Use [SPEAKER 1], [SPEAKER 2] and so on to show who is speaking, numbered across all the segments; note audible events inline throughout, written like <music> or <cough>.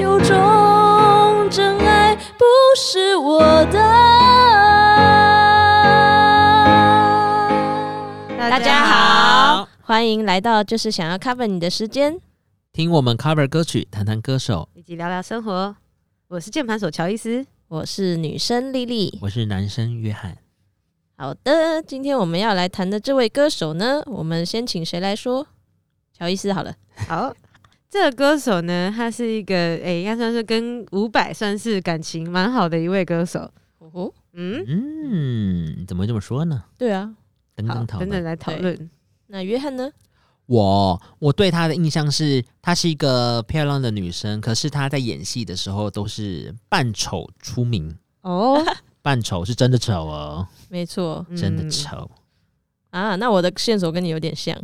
[SPEAKER 1] 有种真爱不是我的。
[SPEAKER 2] 大家好，
[SPEAKER 1] 欢迎来到就是想要 cover 你的时间。
[SPEAKER 2] 听我们 cover 歌曲，谈谈歌手。
[SPEAKER 3] 一起聊聊生活。我是键盘手乔伊斯，
[SPEAKER 1] 我是女生丽丽。
[SPEAKER 2] 我是男生约翰，
[SPEAKER 1] 好的，今天我们要来谈的这位歌手呢，我们先请谁来说？乔伊斯好了，
[SPEAKER 3] 好。这个歌手呢，他是一个诶，应该算是跟伍佰算是感情蛮好的一位歌手。
[SPEAKER 1] 哦，
[SPEAKER 3] 嗯，
[SPEAKER 2] 嗯，怎么会这么说呢？
[SPEAKER 1] 对啊，
[SPEAKER 2] 等
[SPEAKER 3] 好，
[SPEAKER 2] 等讨
[SPEAKER 3] 等等
[SPEAKER 2] 论。
[SPEAKER 3] 来讨论。
[SPEAKER 1] 那约翰呢？
[SPEAKER 2] 我我对她的印象是，她是一个漂亮的女生，可是她在演戏的时候都是扮丑出名，
[SPEAKER 3] 哦，
[SPEAKER 2] 扮丑是真的丑哦，
[SPEAKER 1] 没错
[SPEAKER 3] 嗯
[SPEAKER 2] 真的丑。
[SPEAKER 1] 啊，那我的线索跟你有点像。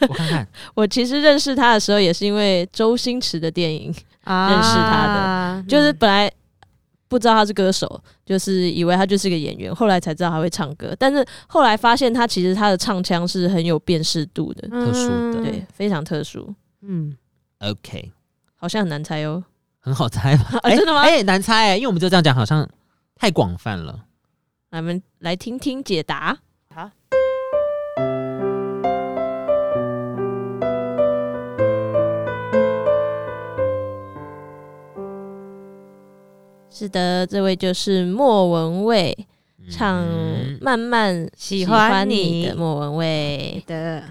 [SPEAKER 2] 我
[SPEAKER 1] <laughs>
[SPEAKER 2] 看看，
[SPEAKER 1] 我其实认识他的时候，也是因为周星驰的电影，
[SPEAKER 3] 啊嗯
[SPEAKER 1] 认识他
[SPEAKER 3] 的
[SPEAKER 1] 就是本来不知道他是歌手，就是以为他就是个演员，后来才知道他会唱歌。但是后来发现他其实他的唱腔是很有辨识度的，
[SPEAKER 2] 特殊的
[SPEAKER 1] 对，，非常特殊，
[SPEAKER 3] 嗯，
[SPEAKER 2] OK，
[SPEAKER 1] 好像很难猜哦。
[SPEAKER 2] 很好猜吧？
[SPEAKER 1] 啊 <laughs> 真的吗
[SPEAKER 2] 哎、难猜哎、因为我们就这样讲，好像太广泛了。
[SPEAKER 1] 来，我们来听听解答。
[SPEAKER 3] 好。
[SPEAKER 1] 是的，这位就是莫文蔚唱
[SPEAKER 2] 嗯
[SPEAKER 1] 《慢慢
[SPEAKER 3] 喜欢
[SPEAKER 1] 欢你》
[SPEAKER 3] 你
[SPEAKER 1] 的莫文蔚。
[SPEAKER 3] 的。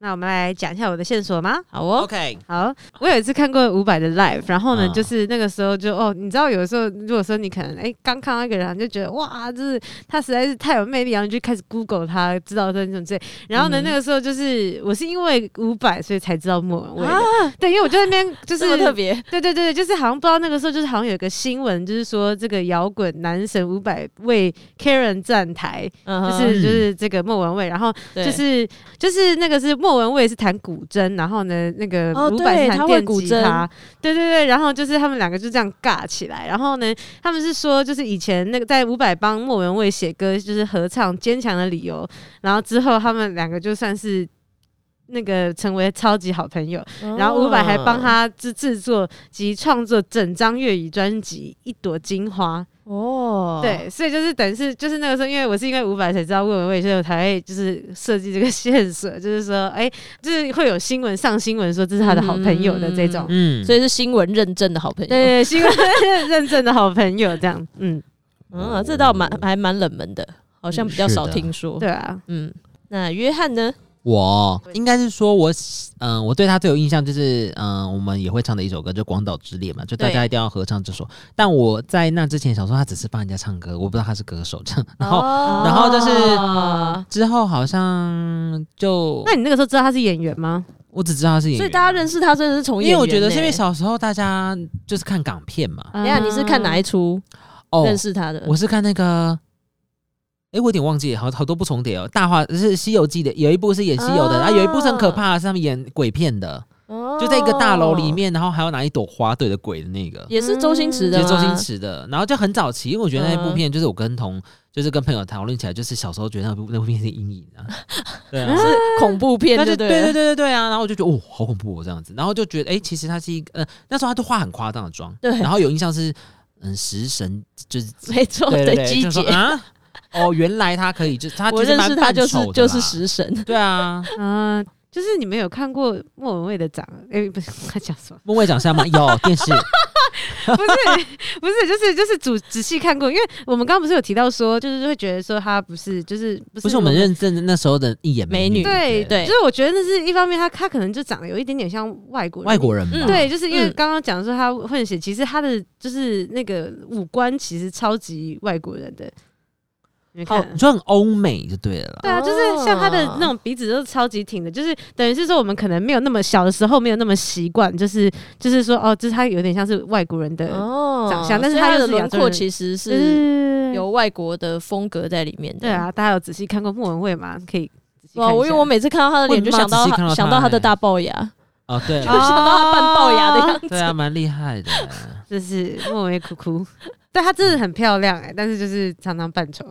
[SPEAKER 3] 那我们来讲一下我的线索吗？
[SPEAKER 1] 好哦，
[SPEAKER 2] OK，
[SPEAKER 3] 好，我有一次看过伍佰的 live，然后呢，
[SPEAKER 1] 啊
[SPEAKER 2] 嗯
[SPEAKER 3] 就是那个时候就哦，你知道，有的时候如果说你可能哎刚看到一个人，就觉得哇，就是他实在是太有魅力，然后你就开始 Google 他，知道他那种之类。然后呢，
[SPEAKER 1] 嗯
[SPEAKER 3] 那个时候就是我是因为伍佰，所以才知道莫文蔚的。对，因为我就在那边就是
[SPEAKER 1] 啊这么特别，
[SPEAKER 3] 对对对，就是好像不知道那个时候，就是好像有一个新闻，就是说这个摇滚男神伍佰为 Karen 站台，
[SPEAKER 1] 就
[SPEAKER 3] 就是
[SPEAKER 2] 嗯
[SPEAKER 3] 就是这个莫文蔚，然后就是就是那个是莫文蔚是弹古筝，然后呢那个
[SPEAKER 1] 哦
[SPEAKER 3] 伍佰
[SPEAKER 1] 对
[SPEAKER 3] 是弹
[SPEAKER 1] 他会
[SPEAKER 3] 电
[SPEAKER 1] 古
[SPEAKER 3] 吉
[SPEAKER 1] 筝
[SPEAKER 3] 他，对对对，然后就是他们两个就这样尬起来，然后呢他们是说就是以前那个在伍佰帮莫文蔚写歌就是合唱《坚强的理由》，然后之后他们两个就算是。那个成为超级好朋友，
[SPEAKER 1] 哦
[SPEAKER 3] 然后伍佰还帮他制制作及创作整张粤语专辑《一朵金花》，
[SPEAKER 1] 哦，
[SPEAKER 3] 对，所以就是等于是就是那个时候，因为我是因为伍佰才知道莫文蔚，所以我才会就是设计这个线索，就是说，哎、 <laughs> 就是会有新闻上新闻说这是他的好朋友的这种，
[SPEAKER 2] 嗯，
[SPEAKER 1] 所以是新闻认证的好朋友。
[SPEAKER 3] 对 <laughs> 对，新闻认证的好朋友这样，嗯，
[SPEAKER 1] 嗯，这倒蛮还蛮冷门的，好像比较
[SPEAKER 2] 嗯是
[SPEAKER 1] 少
[SPEAKER 2] 的
[SPEAKER 1] 听说。
[SPEAKER 3] 对啊，
[SPEAKER 1] 嗯，那约翰呢？
[SPEAKER 2] 我应该是说我喜，嗯，我对他最有印象就是，嗯，我们也会唱的一首歌，就《广岛之恋》嘛，就大家
[SPEAKER 1] 对
[SPEAKER 2] 一定要合唱这首。但我在那之前想说，他只是帮人家唱歌，我不知道他是歌手
[SPEAKER 1] 哦
[SPEAKER 2] 这样。然后、然后就是
[SPEAKER 1] 啊，
[SPEAKER 2] 之后好像就
[SPEAKER 3] 那，你那个时候知道他是演员吗？
[SPEAKER 2] 我只知道他是演员，啊
[SPEAKER 1] 所以大家认识他真的是从演
[SPEAKER 2] 因为
[SPEAKER 1] 员欸
[SPEAKER 2] 我觉得是因为
[SPEAKER 1] 呢。
[SPEAKER 2] 小时候大家就是看港片嘛。
[SPEAKER 1] 嗯等一下你是看哪一出
[SPEAKER 2] 哦，
[SPEAKER 1] 认识他的？
[SPEAKER 2] 我是看那个。哎，我有点忘记了，好好多不重叠哦。大话是《西游记》的，有一部是演西游的，
[SPEAKER 1] 啊
[SPEAKER 2] 啊，有一部是很可怕的，是他们演鬼片的。就在一个大楼里
[SPEAKER 1] 哦，
[SPEAKER 2] 面，然后还有拿一朵花对着鬼的那个，
[SPEAKER 1] 也是周星驰的
[SPEAKER 2] 就是
[SPEAKER 1] 吗，
[SPEAKER 2] 周星驰的。然后就很早期，因为我觉得那部
[SPEAKER 1] 嗯
[SPEAKER 2] 片就是我跟同，就是跟朋友讨论起来，就是小时候觉得那部那部片是阴影
[SPEAKER 1] <laughs>
[SPEAKER 2] 啊，对啊。
[SPEAKER 1] 是恐怖片，
[SPEAKER 2] 那就
[SPEAKER 1] 对
[SPEAKER 2] 对
[SPEAKER 1] 了
[SPEAKER 2] 对对对对啊，然后我就觉得哦，好恐怖哦这样子，然后就觉得哎、其实他是一个，呃，那时候他都化很夸张的妆，
[SPEAKER 1] 对
[SPEAKER 2] 然后有印象是，嗯，食神就是
[SPEAKER 1] 没错
[SPEAKER 2] 对
[SPEAKER 1] 的
[SPEAKER 2] 对对，
[SPEAKER 1] 季
[SPEAKER 2] 就说
[SPEAKER 1] 节。
[SPEAKER 2] 啊，哦，原来他可以，就他
[SPEAKER 1] 我
[SPEAKER 2] 其实
[SPEAKER 1] 认
[SPEAKER 2] 蛮
[SPEAKER 1] 识他
[SPEAKER 2] 扮
[SPEAKER 1] 就是
[SPEAKER 2] 丑的
[SPEAKER 1] 就是
[SPEAKER 2] 啦
[SPEAKER 1] 食神，
[SPEAKER 2] 对啊，
[SPEAKER 3] 嗯、就是你们有看过莫文蔚的长？哎、不是我在讲什么？ <laughs>
[SPEAKER 2] 孟蔚长相吗？有
[SPEAKER 1] <laughs>
[SPEAKER 2] 电视，
[SPEAKER 3] 不是，不是，就是就是仔仔细看过，因为我们刚刚不是有提到说，就是会觉得说他不是，就是不是
[SPEAKER 2] 不是我们认证的那时候的一眼
[SPEAKER 1] 美
[SPEAKER 2] 女，
[SPEAKER 1] 女
[SPEAKER 3] 对
[SPEAKER 1] 对
[SPEAKER 3] 就是我觉得那是一方面他，他可能就长得有一点点像外国人，
[SPEAKER 2] 外国人吧，
[SPEAKER 1] 嗯
[SPEAKER 3] 对，就是因为
[SPEAKER 1] 嗯
[SPEAKER 3] 刚刚讲说他混血，其实他的就是那个五官其实超级外国人的，你
[SPEAKER 2] 好，
[SPEAKER 3] 看。
[SPEAKER 2] 你说很欧美就对了啦。
[SPEAKER 1] 哦
[SPEAKER 3] 对啊，就是像他的那种鼻子都超级挺的，就是等于是说我们可能没有那么小的时候没有那么习惯，就是就是说哦，就是他有点像是外国人的，
[SPEAKER 1] 哦
[SPEAKER 3] 长相但是
[SPEAKER 1] 所以
[SPEAKER 3] 他
[SPEAKER 1] 他
[SPEAKER 3] 又
[SPEAKER 1] 的
[SPEAKER 3] 是亚
[SPEAKER 1] 轮
[SPEAKER 3] 洲
[SPEAKER 1] 廓
[SPEAKER 3] 人
[SPEAKER 1] 其实是嗯
[SPEAKER 3] 对对对对对
[SPEAKER 1] 有外国的风格在里面的。
[SPEAKER 3] 对啊，大家有仔细看过莫文蔚吗？可以仔细
[SPEAKER 1] 哇，
[SPEAKER 3] 看一
[SPEAKER 1] 我因为我
[SPEAKER 3] 下
[SPEAKER 1] 每次看到他的脸，
[SPEAKER 2] 我也
[SPEAKER 1] 就
[SPEAKER 2] 没有
[SPEAKER 1] 想到
[SPEAKER 2] 仔细看
[SPEAKER 1] 他
[SPEAKER 2] 到他
[SPEAKER 1] 想到他的
[SPEAKER 2] 欸
[SPEAKER 1] 大龅牙，
[SPEAKER 2] 哦，
[SPEAKER 3] <laughs>
[SPEAKER 2] 对
[SPEAKER 1] 就想到他半龅牙的样子。
[SPEAKER 2] 对啊，蛮厉害的。
[SPEAKER 3] 就是莫文蔚哭 <laughs> 哭，但她真的很漂亮哎、但是就是常常扮丑。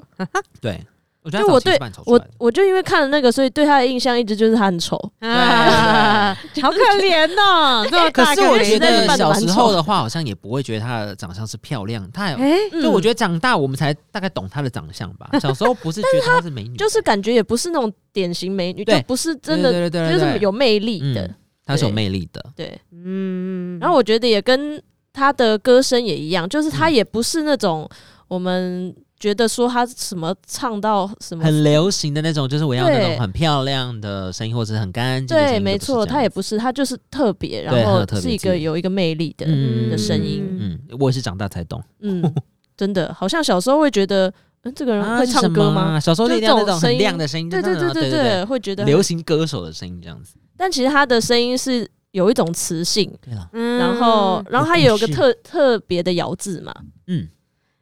[SPEAKER 2] 对，我觉得
[SPEAKER 1] 就
[SPEAKER 2] 他
[SPEAKER 1] 我
[SPEAKER 2] 早期是
[SPEAKER 1] 对
[SPEAKER 2] 扮丑出
[SPEAKER 1] 我
[SPEAKER 2] 来的
[SPEAKER 1] 我就因为看了那个，所以对他的印象一直就是他很丑。
[SPEAKER 3] 啊，
[SPEAKER 1] <laughs>
[SPEAKER 3] 好可怜哦、这么
[SPEAKER 2] 可
[SPEAKER 3] 大
[SPEAKER 2] 是
[SPEAKER 3] 个
[SPEAKER 2] 我
[SPEAKER 3] 脸
[SPEAKER 2] 觉
[SPEAKER 1] 那你
[SPEAKER 2] 得
[SPEAKER 1] 扮得
[SPEAKER 2] 小
[SPEAKER 1] 蛮
[SPEAKER 2] 时
[SPEAKER 1] 丑
[SPEAKER 2] 候
[SPEAKER 1] 的
[SPEAKER 2] 的话，好像也不会觉得她的长相是漂亮，她
[SPEAKER 1] 啊
[SPEAKER 2] 有
[SPEAKER 3] <laughs> 哎、
[SPEAKER 2] 就我
[SPEAKER 1] 得
[SPEAKER 2] 觉得长大我们才大概懂她的长相
[SPEAKER 1] <laughs>
[SPEAKER 2] 吧。小时候不是觉得她是美女，
[SPEAKER 1] 就是感觉也不是那种典型美女，就
[SPEAKER 2] 对
[SPEAKER 1] 不是真的，
[SPEAKER 2] 对对对
[SPEAKER 1] 就
[SPEAKER 2] 对对
[SPEAKER 1] 是
[SPEAKER 2] 对，
[SPEAKER 1] 有魅力的
[SPEAKER 2] 嗯。她是有
[SPEAKER 1] 对
[SPEAKER 2] 魅力的。
[SPEAKER 1] 对，
[SPEAKER 3] 嗯，
[SPEAKER 1] 然后我觉得也跟他的歌声也一样，就是
[SPEAKER 2] 嗯
[SPEAKER 1] 他也不是那种我们觉得说他什么唱到什么。
[SPEAKER 2] 很流行的那种，就是我要那
[SPEAKER 1] 对
[SPEAKER 2] 种很漂亮的声音，或者是很干净的声音。
[SPEAKER 1] 对，没错，他
[SPEAKER 2] 她
[SPEAKER 1] 也不是，他就是特别，
[SPEAKER 2] 对
[SPEAKER 1] 然
[SPEAKER 2] 他
[SPEAKER 1] 后
[SPEAKER 2] 有特别
[SPEAKER 1] 是一
[SPEAKER 2] 自
[SPEAKER 1] 个
[SPEAKER 2] 己
[SPEAKER 1] 有一个魅力的，
[SPEAKER 2] 嗯
[SPEAKER 1] 的声音
[SPEAKER 2] <laughs> 嗯，我也是长大才懂。
[SPEAKER 1] 嗯，真的，好像小时候会觉得，嗯，这个人
[SPEAKER 2] 啊
[SPEAKER 1] 会
[SPEAKER 2] 是
[SPEAKER 1] 唱
[SPEAKER 2] 什
[SPEAKER 1] 歌
[SPEAKER 2] 么
[SPEAKER 1] 吗？
[SPEAKER 2] 啊小时候
[SPEAKER 1] 就
[SPEAKER 2] 那
[SPEAKER 1] 这
[SPEAKER 2] 种那
[SPEAKER 1] 种
[SPEAKER 2] 种
[SPEAKER 1] 声
[SPEAKER 2] 很
[SPEAKER 1] 音
[SPEAKER 2] 亮的声音，
[SPEAKER 1] 对对对
[SPEAKER 2] 对
[SPEAKER 1] 对对，会觉得很
[SPEAKER 2] 流行歌手的声音这样子。
[SPEAKER 1] 但其实他的声音是有一种磁性，
[SPEAKER 2] 对了，
[SPEAKER 3] 嗯
[SPEAKER 1] 然后然后他也有个
[SPEAKER 2] 故事
[SPEAKER 1] 特特别的咬字嘛，
[SPEAKER 2] 嗯，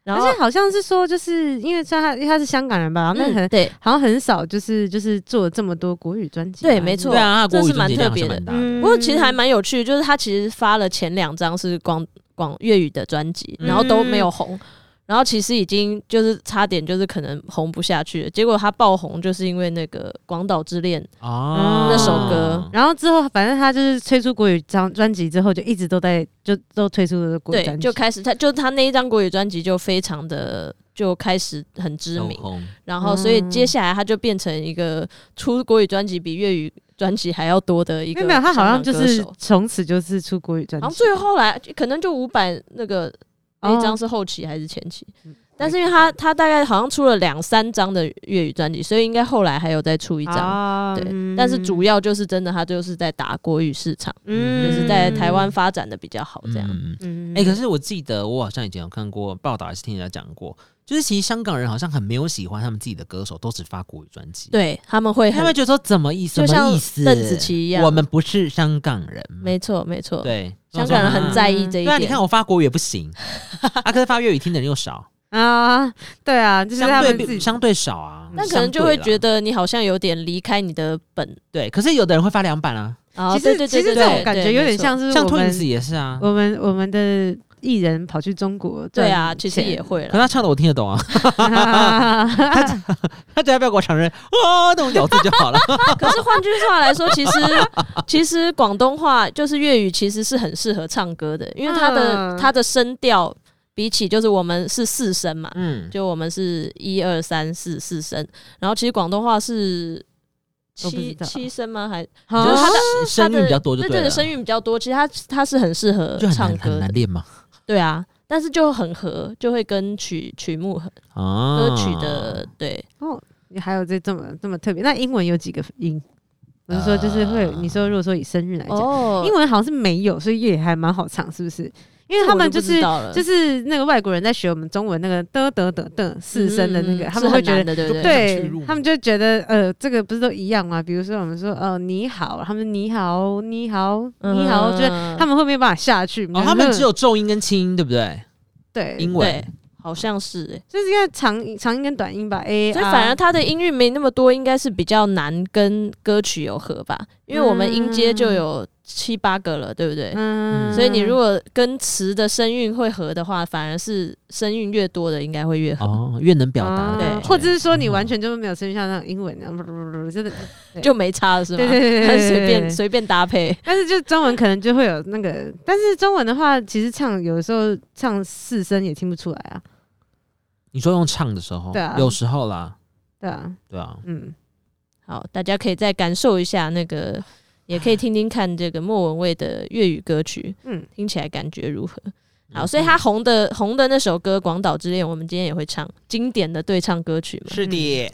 [SPEAKER 1] 然
[SPEAKER 3] 而
[SPEAKER 1] 后
[SPEAKER 3] 且好像是说，就是因为虽然他因为他是香港人吧，然后那
[SPEAKER 1] 嗯
[SPEAKER 3] 很、
[SPEAKER 1] 对
[SPEAKER 3] 好像很少，就是就是做这么多国语专辑吧。
[SPEAKER 1] 对没错
[SPEAKER 2] 对啊，她
[SPEAKER 1] 这
[SPEAKER 2] 国
[SPEAKER 1] 是
[SPEAKER 2] 语专辑
[SPEAKER 1] 蛮特
[SPEAKER 2] 量
[SPEAKER 1] 别
[SPEAKER 2] 是
[SPEAKER 1] 的
[SPEAKER 2] 蛮大的。
[SPEAKER 3] 嗯，
[SPEAKER 1] 不过其实还蛮有趣，就是他其实发了前两张是广广粤语的专辑，然后都没有红，然后其实已经就是差点就是可能红不下去了，结果他爆红就是因为那个《广岛之恋》
[SPEAKER 2] 哦，
[SPEAKER 3] 那首
[SPEAKER 1] 歌
[SPEAKER 3] 然后之后，反正他就是推出国语张专辑之后，就一直都在就都推出了国语
[SPEAKER 1] 对
[SPEAKER 3] 专，辑，
[SPEAKER 1] 就开始他就他那一张国语专辑就非常的就开始很知
[SPEAKER 2] 很
[SPEAKER 1] 名，
[SPEAKER 2] 红
[SPEAKER 1] 然后所以
[SPEAKER 3] 嗯
[SPEAKER 1] 接下来他就变成一个出国语专辑比粤语专辑还要多的一
[SPEAKER 3] 没
[SPEAKER 1] 个
[SPEAKER 3] 有没有，他好像
[SPEAKER 1] 香港
[SPEAKER 3] 就
[SPEAKER 1] 歌
[SPEAKER 3] 是
[SPEAKER 1] 手
[SPEAKER 3] 从此就是出国语专
[SPEAKER 1] 然后
[SPEAKER 3] 辑，
[SPEAKER 1] 最后来可能就五百那个那一张
[SPEAKER 3] 哦嗯
[SPEAKER 1] 是后期还是前期？但是因为他他大概好像出了两三张的粤语专辑，所以应该后来还有再出一张。
[SPEAKER 3] 啊
[SPEAKER 1] 对
[SPEAKER 3] 嗯
[SPEAKER 1] 但是主要就是真的，他就是在打国语市场，
[SPEAKER 3] 嗯
[SPEAKER 1] 就是在台湾发展的比较好哦这样。
[SPEAKER 2] 嗯嗯嗯
[SPEAKER 3] 嗯
[SPEAKER 2] 哎、可是我记得我好像以前有看过报道，还是听人家讲过，就是其实香港人好像很没有喜欢他们自己的歌手，都只发国语专辑。，
[SPEAKER 1] 对他们会
[SPEAKER 2] 他们
[SPEAKER 1] 很
[SPEAKER 2] 觉得说怎么意思？
[SPEAKER 1] 就
[SPEAKER 2] 什么
[SPEAKER 1] 像
[SPEAKER 2] 意思？
[SPEAKER 1] 邓紫棋一样
[SPEAKER 2] 我们不是香港人，
[SPEAKER 1] 没错没错，
[SPEAKER 2] 对，
[SPEAKER 1] 香港人很在意
[SPEAKER 3] 嗯
[SPEAKER 1] 这一
[SPEAKER 2] 对啊，你
[SPEAKER 1] 点
[SPEAKER 2] 看。我发国语也不行，啊，可是发粤语听的人又少，
[SPEAKER 3] 啊，对啊，就是
[SPEAKER 2] 相
[SPEAKER 3] 他
[SPEAKER 2] 对
[SPEAKER 3] 们
[SPEAKER 2] 比
[SPEAKER 3] 自己
[SPEAKER 2] 相对少啊。
[SPEAKER 1] 但可能就会觉
[SPEAKER 2] 得
[SPEAKER 1] 得你好像有点离开你的本，
[SPEAKER 2] 对，可是有的人会发两版啊，
[SPEAKER 1] 啊，
[SPEAKER 3] 其
[SPEAKER 1] 对
[SPEAKER 3] 实
[SPEAKER 1] 对
[SPEAKER 3] 其
[SPEAKER 1] 对对
[SPEAKER 3] 实这种
[SPEAKER 1] 对
[SPEAKER 3] 感觉
[SPEAKER 1] 对
[SPEAKER 3] 有
[SPEAKER 1] 没
[SPEAKER 3] 点
[SPEAKER 1] 错
[SPEAKER 3] 像是
[SPEAKER 2] 像
[SPEAKER 3] 我
[SPEAKER 2] 兔子
[SPEAKER 3] 们
[SPEAKER 2] 也是啊。
[SPEAKER 3] 我们我们的艺人跑去中国赚
[SPEAKER 1] 对
[SPEAKER 3] 钱， <laughs>
[SPEAKER 1] 啊，其实也会
[SPEAKER 2] 可是
[SPEAKER 1] 了，
[SPEAKER 2] 他唱的我听得懂啊， <laughs> 他只要不要给我承认啊，那种咬字就好了。
[SPEAKER 1] 可是换句话来说，其实其实广东话就是粤语，其实是很适合唱歌的，因为它的、
[SPEAKER 3] 嗯
[SPEAKER 1] 它的声调比起就是我们是四声嘛，
[SPEAKER 2] 嗯，
[SPEAKER 1] 就我们是一二三四四声，然后其实广东话是。
[SPEAKER 3] 我不
[SPEAKER 1] 七
[SPEAKER 3] 知道
[SPEAKER 1] 七声吗？还
[SPEAKER 3] 好
[SPEAKER 1] 哦就是他的它
[SPEAKER 2] 声韵比较多就
[SPEAKER 1] 对
[SPEAKER 2] 对
[SPEAKER 1] 对
[SPEAKER 2] 了，
[SPEAKER 1] 声韵比较多。其实它它是很适合
[SPEAKER 2] 就很
[SPEAKER 1] 唱
[SPEAKER 2] 难
[SPEAKER 1] 歌
[SPEAKER 2] 很
[SPEAKER 1] 的
[SPEAKER 2] 难，练嘛。
[SPEAKER 1] 对啊。但是就很合，就会跟曲曲目合
[SPEAKER 2] 啊
[SPEAKER 1] 歌曲的对
[SPEAKER 3] 你还有这这么这么特别。那英文有几个音？我是说，就是会有你说，如果说以声韵来讲，
[SPEAKER 1] 哦
[SPEAKER 3] 英文好像是没有，所以粤语还蛮好唱，是不是？因为他们就是就是是那个外国人在学我们中文那个的的的的四声的
[SPEAKER 1] 嗯
[SPEAKER 3] 那个，他们会觉得。
[SPEAKER 1] 的对不对
[SPEAKER 2] 对
[SPEAKER 3] 对他们就觉得，呃，这个不是都一样吗？比如说我们说，呃，你好，他们你好，你好，你好，就是
[SPEAKER 1] 嗯
[SPEAKER 3] 他们会没有办法下去。
[SPEAKER 2] 哦，他们只有重音跟轻音，对不对？
[SPEAKER 3] 对，
[SPEAKER 2] 英
[SPEAKER 1] 对
[SPEAKER 2] 文，
[SPEAKER 1] 好像是、欸，
[SPEAKER 3] 就是因为长音长音跟短音吧。A，
[SPEAKER 1] 所以反而它的音域没那么多，应该是比较难跟歌曲有合吧，因为我们音阶就有七八个了，对不对？
[SPEAKER 3] 嗯
[SPEAKER 1] 所以你如果跟词的声韵会合的话，反而是声韵越多的应该会越合，
[SPEAKER 2] 哦，越能表达
[SPEAKER 3] 啊
[SPEAKER 2] 的感觉，嗯
[SPEAKER 3] 或者是说你完全就没有声像那种英文那样，真的对
[SPEAKER 1] 就没差了是吗？
[SPEAKER 3] 对对对对对
[SPEAKER 1] <laughs> 随
[SPEAKER 3] 对
[SPEAKER 1] 便随便搭配，
[SPEAKER 3] 但是就中文可能就会有那个，但是中文的话，其实唱有的时候唱四声也听不出来啊，
[SPEAKER 2] 你说用唱的时候，
[SPEAKER 3] 对啊
[SPEAKER 2] 有时候啦，
[SPEAKER 3] 对啊，
[SPEAKER 2] 对啊，
[SPEAKER 3] 嗯，
[SPEAKER 1] 好，大家可以再感受一下那个。也可以听听看这个莫文蔚的粤语歌曲，
[SPEAKER 3] 嗯，
[SPEAKER 1] 听起来感觉如何？
[SPEAKER 2] 嗯
[SPEAKER 1] 好，所以他红的红的那首歌《广岛之恋》，我们今天也会唱经典的对唱歌曲嘛。
[SPEAKER 2] 是
[SPEAKER 1] 嗯
[SPEAKER 2] 的，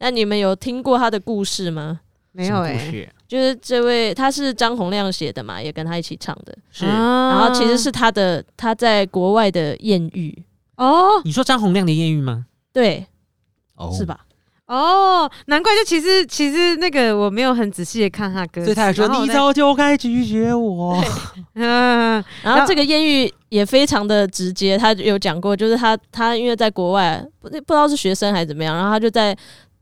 [SPEAKER 1] 那你们有听过他的故事吗？
[SPEAKER 3] 没有哎、
[SPEAKER 2] 哎，
[SPEAKER 1] 欸就是这位，他是张洪亮写的嘛，也跟他一起唱的。
[SPEAKER 2] 是。
[SPEAKER 3] 然
[SPEAKER 1] 然后其实是他的他在国外的艳遇，
[SPEAKER 3] 哦
[SPEAKER 2] 你说张洪亮的艳遇吗？
[SPEAKER 1] 对，
[SPEAKER 2] 哦
[SPEAKER 1] 是？吧？
[SPEAKER 3] 哦，难怪就其实其实那个我没有很仔细的看他歌词，
[SPEAKER 2] 所以他还说
[SPEAKER 3] 然后我
[SPEAKER 2] 你
[SPEAKER 3] 在
[SPEAKER 2] 早就该拒
[SPEAKER 1] <laughs>
[SPEAKER 2] 绝我。
[SPEAKER 3] 嗯，
[SPEAKER 1] 然后这个艳遇也非常的直接，他有讲过，就是他他因为在国外不不知道是学生还是怎么样，然后他就在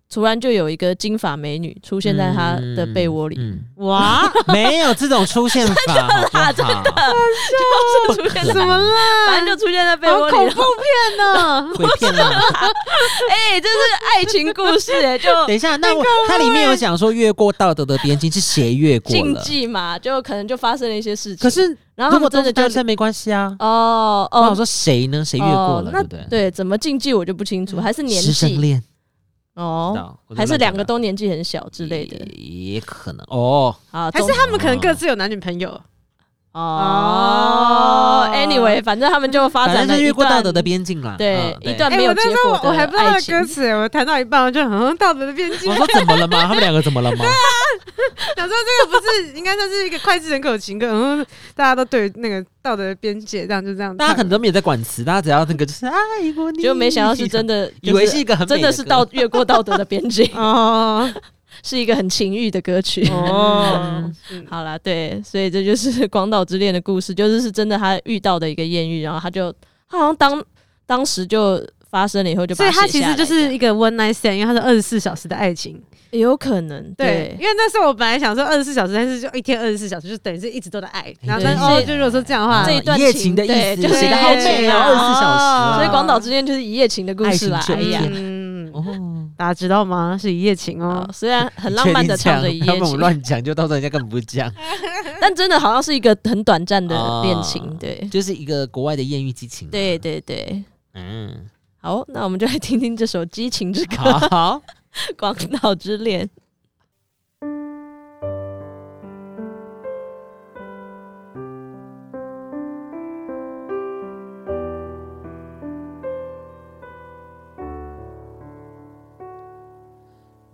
[SPEAKER 1] 突然就有一个金发美女出现在他的被窝
[SPEAKER 2] <laughs>
[SPEAKER 1] 里，
[SPEAKER 2] 嗯，
[SPEAKER 3] 哇，
[SPEAKER 2] 没有这种出现法，好不好？
[SPEAKER 1] 就是出现在 <laughs>
[SPEAKER 3] 怎么了？
[SPEAKER 1] 反正就出现在 <laughs> 被
[SPEAKER 3] 好
[SPEAKER 1] 窝里
[SPEAKER 3] 恐
[SPEAKER 1] 了
[SPEAKER 3] 怖。片呢？
[SPEAKER 2] <laughs> 鬼片啊！
[SPEAKER 1] 哎、这是爱情故事
[SPEAKER 2] <laughs>
[SPEAKER 1] 哎、就
[SPEAKER 2] 等一下，那我它里面有讲说越过道德的边境是谁越过
[SPEAKER 1] 禁
[SPEAKER 2] 了？
[SPEAKER 1] 忌啊嘛，就可能就发生了一些事情。
[SPEAKER 2] 可，是
[SPEAKER 1] 然后他
[SPEAKER 2] 如果
[SPEAKER 1] 们
[SPEAKER 2] 都
[SPEAKER 1] 真的
[SPEAKER 2] 是单
[SPEAKER 1] 就
[SPEAKER 2] 身没关系啊。
[SPEAKER 1] 哦
[SPEAKER 2] 那我
[SPEAKER 1] 哦
[SPEAKER 2] 说谁呢？谁越过
[SPEAKER 1] 哦
[SPEAKER 2] 了，
[SPEAKER 1] 那
[SPEAKER 2] 对不对？
[SPEAKER 1] 对，怎么禁忌我就不清楚，还是年
[SPEAKER 2] 师生
[SPEAKER 1] 纪
[SPEAKER 2] 恋
[SPEAKER 1] 哦，
[SPEAKER 2] 哦
[SPEAKER 1] 还是两个都年纪很小之类的。
[SPEAKER 2] 也可能哦。
[SPEAKER 1] 好，
[SPEAKER 3] 还
[SPEAKER 1] 总
[SPEAKER 3] 是他们可能各自有男女朋友？
[SPEAKER 1] 哦
[SPEAKER 3] 哦
[SPEAKER 1] ，anyway，反正他们就发
[SPEAKER 2] 反
[SPEAKER 1] 展
[SPEAKER 2] 正
[SPEAKER 1] 了
[SPEAKER 2] 是
[SPEAKER 1] 哦
[SPEAKER 2] 越
[SPEAKER 1] 一
[SPEAKER 2] 过道
[SPEAKER 1] 段
[SPEAKER 2] 德的边境啦。
[SPEAKER 1] 对
[SPEAKER 2] 嗯
[SPEAKER 1] 一段
[SPEAKER 3] 哎，
[SPEAKER 1] 没有
[SPEAKER 3] 我
[SPEAKER 1] 结
[SPEAKER 3] 那时候
[SPEAKER 1] 果
[SPEAKER 3] 我
[SPEAKER 1] 的
[SPEAKER 3] 还不知道
[SPEAKER 1] 爱
[SPEAKER 3] 他的歌
[SPEAKER 1] 情。
[SPEAKER 3] 词，我弹到一半我就嗯，道德的边境
[SPEAKER 2] 我，说怎么了吗？他们两个怎么了吗？
[SPEAKER 1] <laughs>
[SPEAKER 3] 想说这个不是应该算是一个脍炙人口的情歌，嗯，大家都对那个道德的边界，这样就这样唱，
[SPEAKER 2] 大家可能都没有在管词，大家只要那个就是爱啊过你，
[SPEAKER 1] 就没想到是真，的，
[SPEAKER 2] <laughs> 以为
[SPEAKER 1] 就是
[SPEAKER 2] 一个很美
[SPEAKER 1] 真的是道
[SPEAKER 2] 歌
[SPEAKER 1] 越过道德的边境，
[SPEAKER 3] 哦
[SPEAKER 1] <laughs> 是一个很情欲的歌曲。
[SPEAKER 2] <laughs>
[SPEAKER 3] 哦，嗯
[SPEAKER 1] 好啦，对，所以这就是 <laughs> 《广岛之恋》的故事，就是是真的，他遇到的一个艳遇，然后他就他好像当当时就发生了以后就把
[SPEAKER 3] 所
[SPEAKER 1] 它
[SPEAKER 3] 以它
[SPEAKER 1] 写
[SPEAKER 3] 其
[SPEAKER 1] 下
[SPEAKER 3] 实
[SPEAKER 1] 来
[SPEAKER 3] 就
[SPEAKER 1] 这
[SPEAKER 3] 是
[SPEAKER 1] 样
[SPEAKER 3] 一个 one night stand，因为它是二十四小时的爱情。
[SPEAKER 1] 有可能
[SPEAKER 3] 对，
[SPEAKER 1] 对
[SPEAKER 3] 因为那时候我本来想说二十四小时，但是就一天二十四小时，就等于是一直都在爱。然后
[SPEAKER 1] 哎对
[SPEAKER 3] 但是哦，
[SPEAKER 1] 是
[SPEAKER 3] 就如果说这样的话
[SPEAKER 1] 这，一段
[SPEAKER 2] 啊一夜
[SPEAKER 1] 情
[SPEAKER 2] 情的意
[SPEAKER 1] 对
[SPEAKER 2] 思，
[SPEAKER 1] 就是
[SPEAKER 2] 写的好美哦，
[SPEAKER 1] 一夜
[SPEAKER 2] 二
[SPEAKER 1] 情
[SPEAKER 2] 十
[SPEAKER 1] 啊
[SPEAKER 2] 四小时啊，
[SPEAKER 3] 哦
[SPEAKER 1] 所以《广岛之恋》就是一夜情的故事啦
[SPEAKER 2] 爱。情
[SPEAKER 1] 哎
[SPEAKER 2] 这一
[SPEAKER 1] 呀
[SPEAKER 2] 片，
[SPEAKER 3] 嗯，
[SPEAKER 2] 哦，
[SPEAKER 3] 大家知道吗？是一夜情哦
[SPEAKER 1] 哦。虽然很浪漫的唱着一
[SPEAKER 2] 你确定这样
[SPEAKER 1] 夜
[SPEAKER 2] 要不然我
[SPEAKER 1] 情，
[SPEAKER 2] 乱讲，就到时候人家根本不
[SPEAKER 1] <laughs>
[SPEAKER 2] 讲，
[SPEAKER 1] 但真的好像是一个很短暂的恋情
[SPEAKER 2] 哦。
[SPEAKER 1] 对
[SPEAKER 2] 就是一个国外的艳遇激情。，
[SPEAKER 1] 对对对，
[SPEAKER 2] 嗯，
[SPEAKER 1] 好，那我们就来听听这首《激情之歌》《
[SPEAKER 2] 好，
[SPEAKER 1] 广岛之恋》。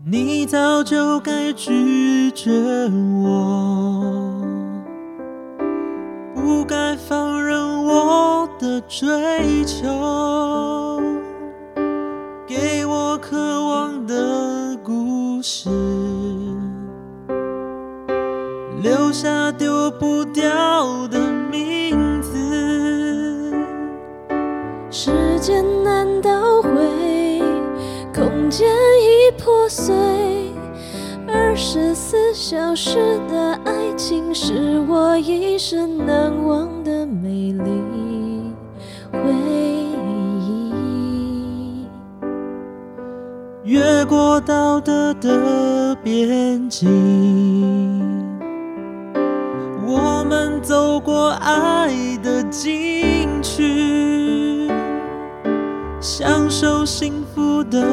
[SPEAKER 4] 你早就该拒绝我，不该放任我的追求，给我渴望的故事，留下丢不掉的名字。
[SPEAKER 1] 时间难倒回，空间已破碎。二十四小时的爱情是我一生难忘的美丽回忆。
[SPEAKER 4] 越过道德的边境，我们走过爱的禁区，享受幸福的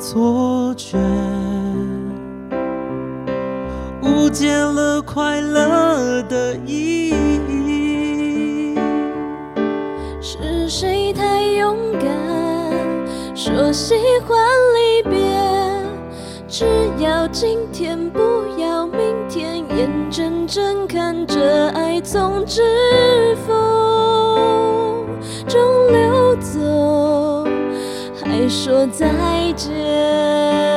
[SPEAKER 4] 错觉，误解了快乐的意义。
[SPEAKER 1] 是谁太勇敢，说喜欢离别？只要今天，不要明天，眼睁睁看着爱从指缝中流走，还说再见。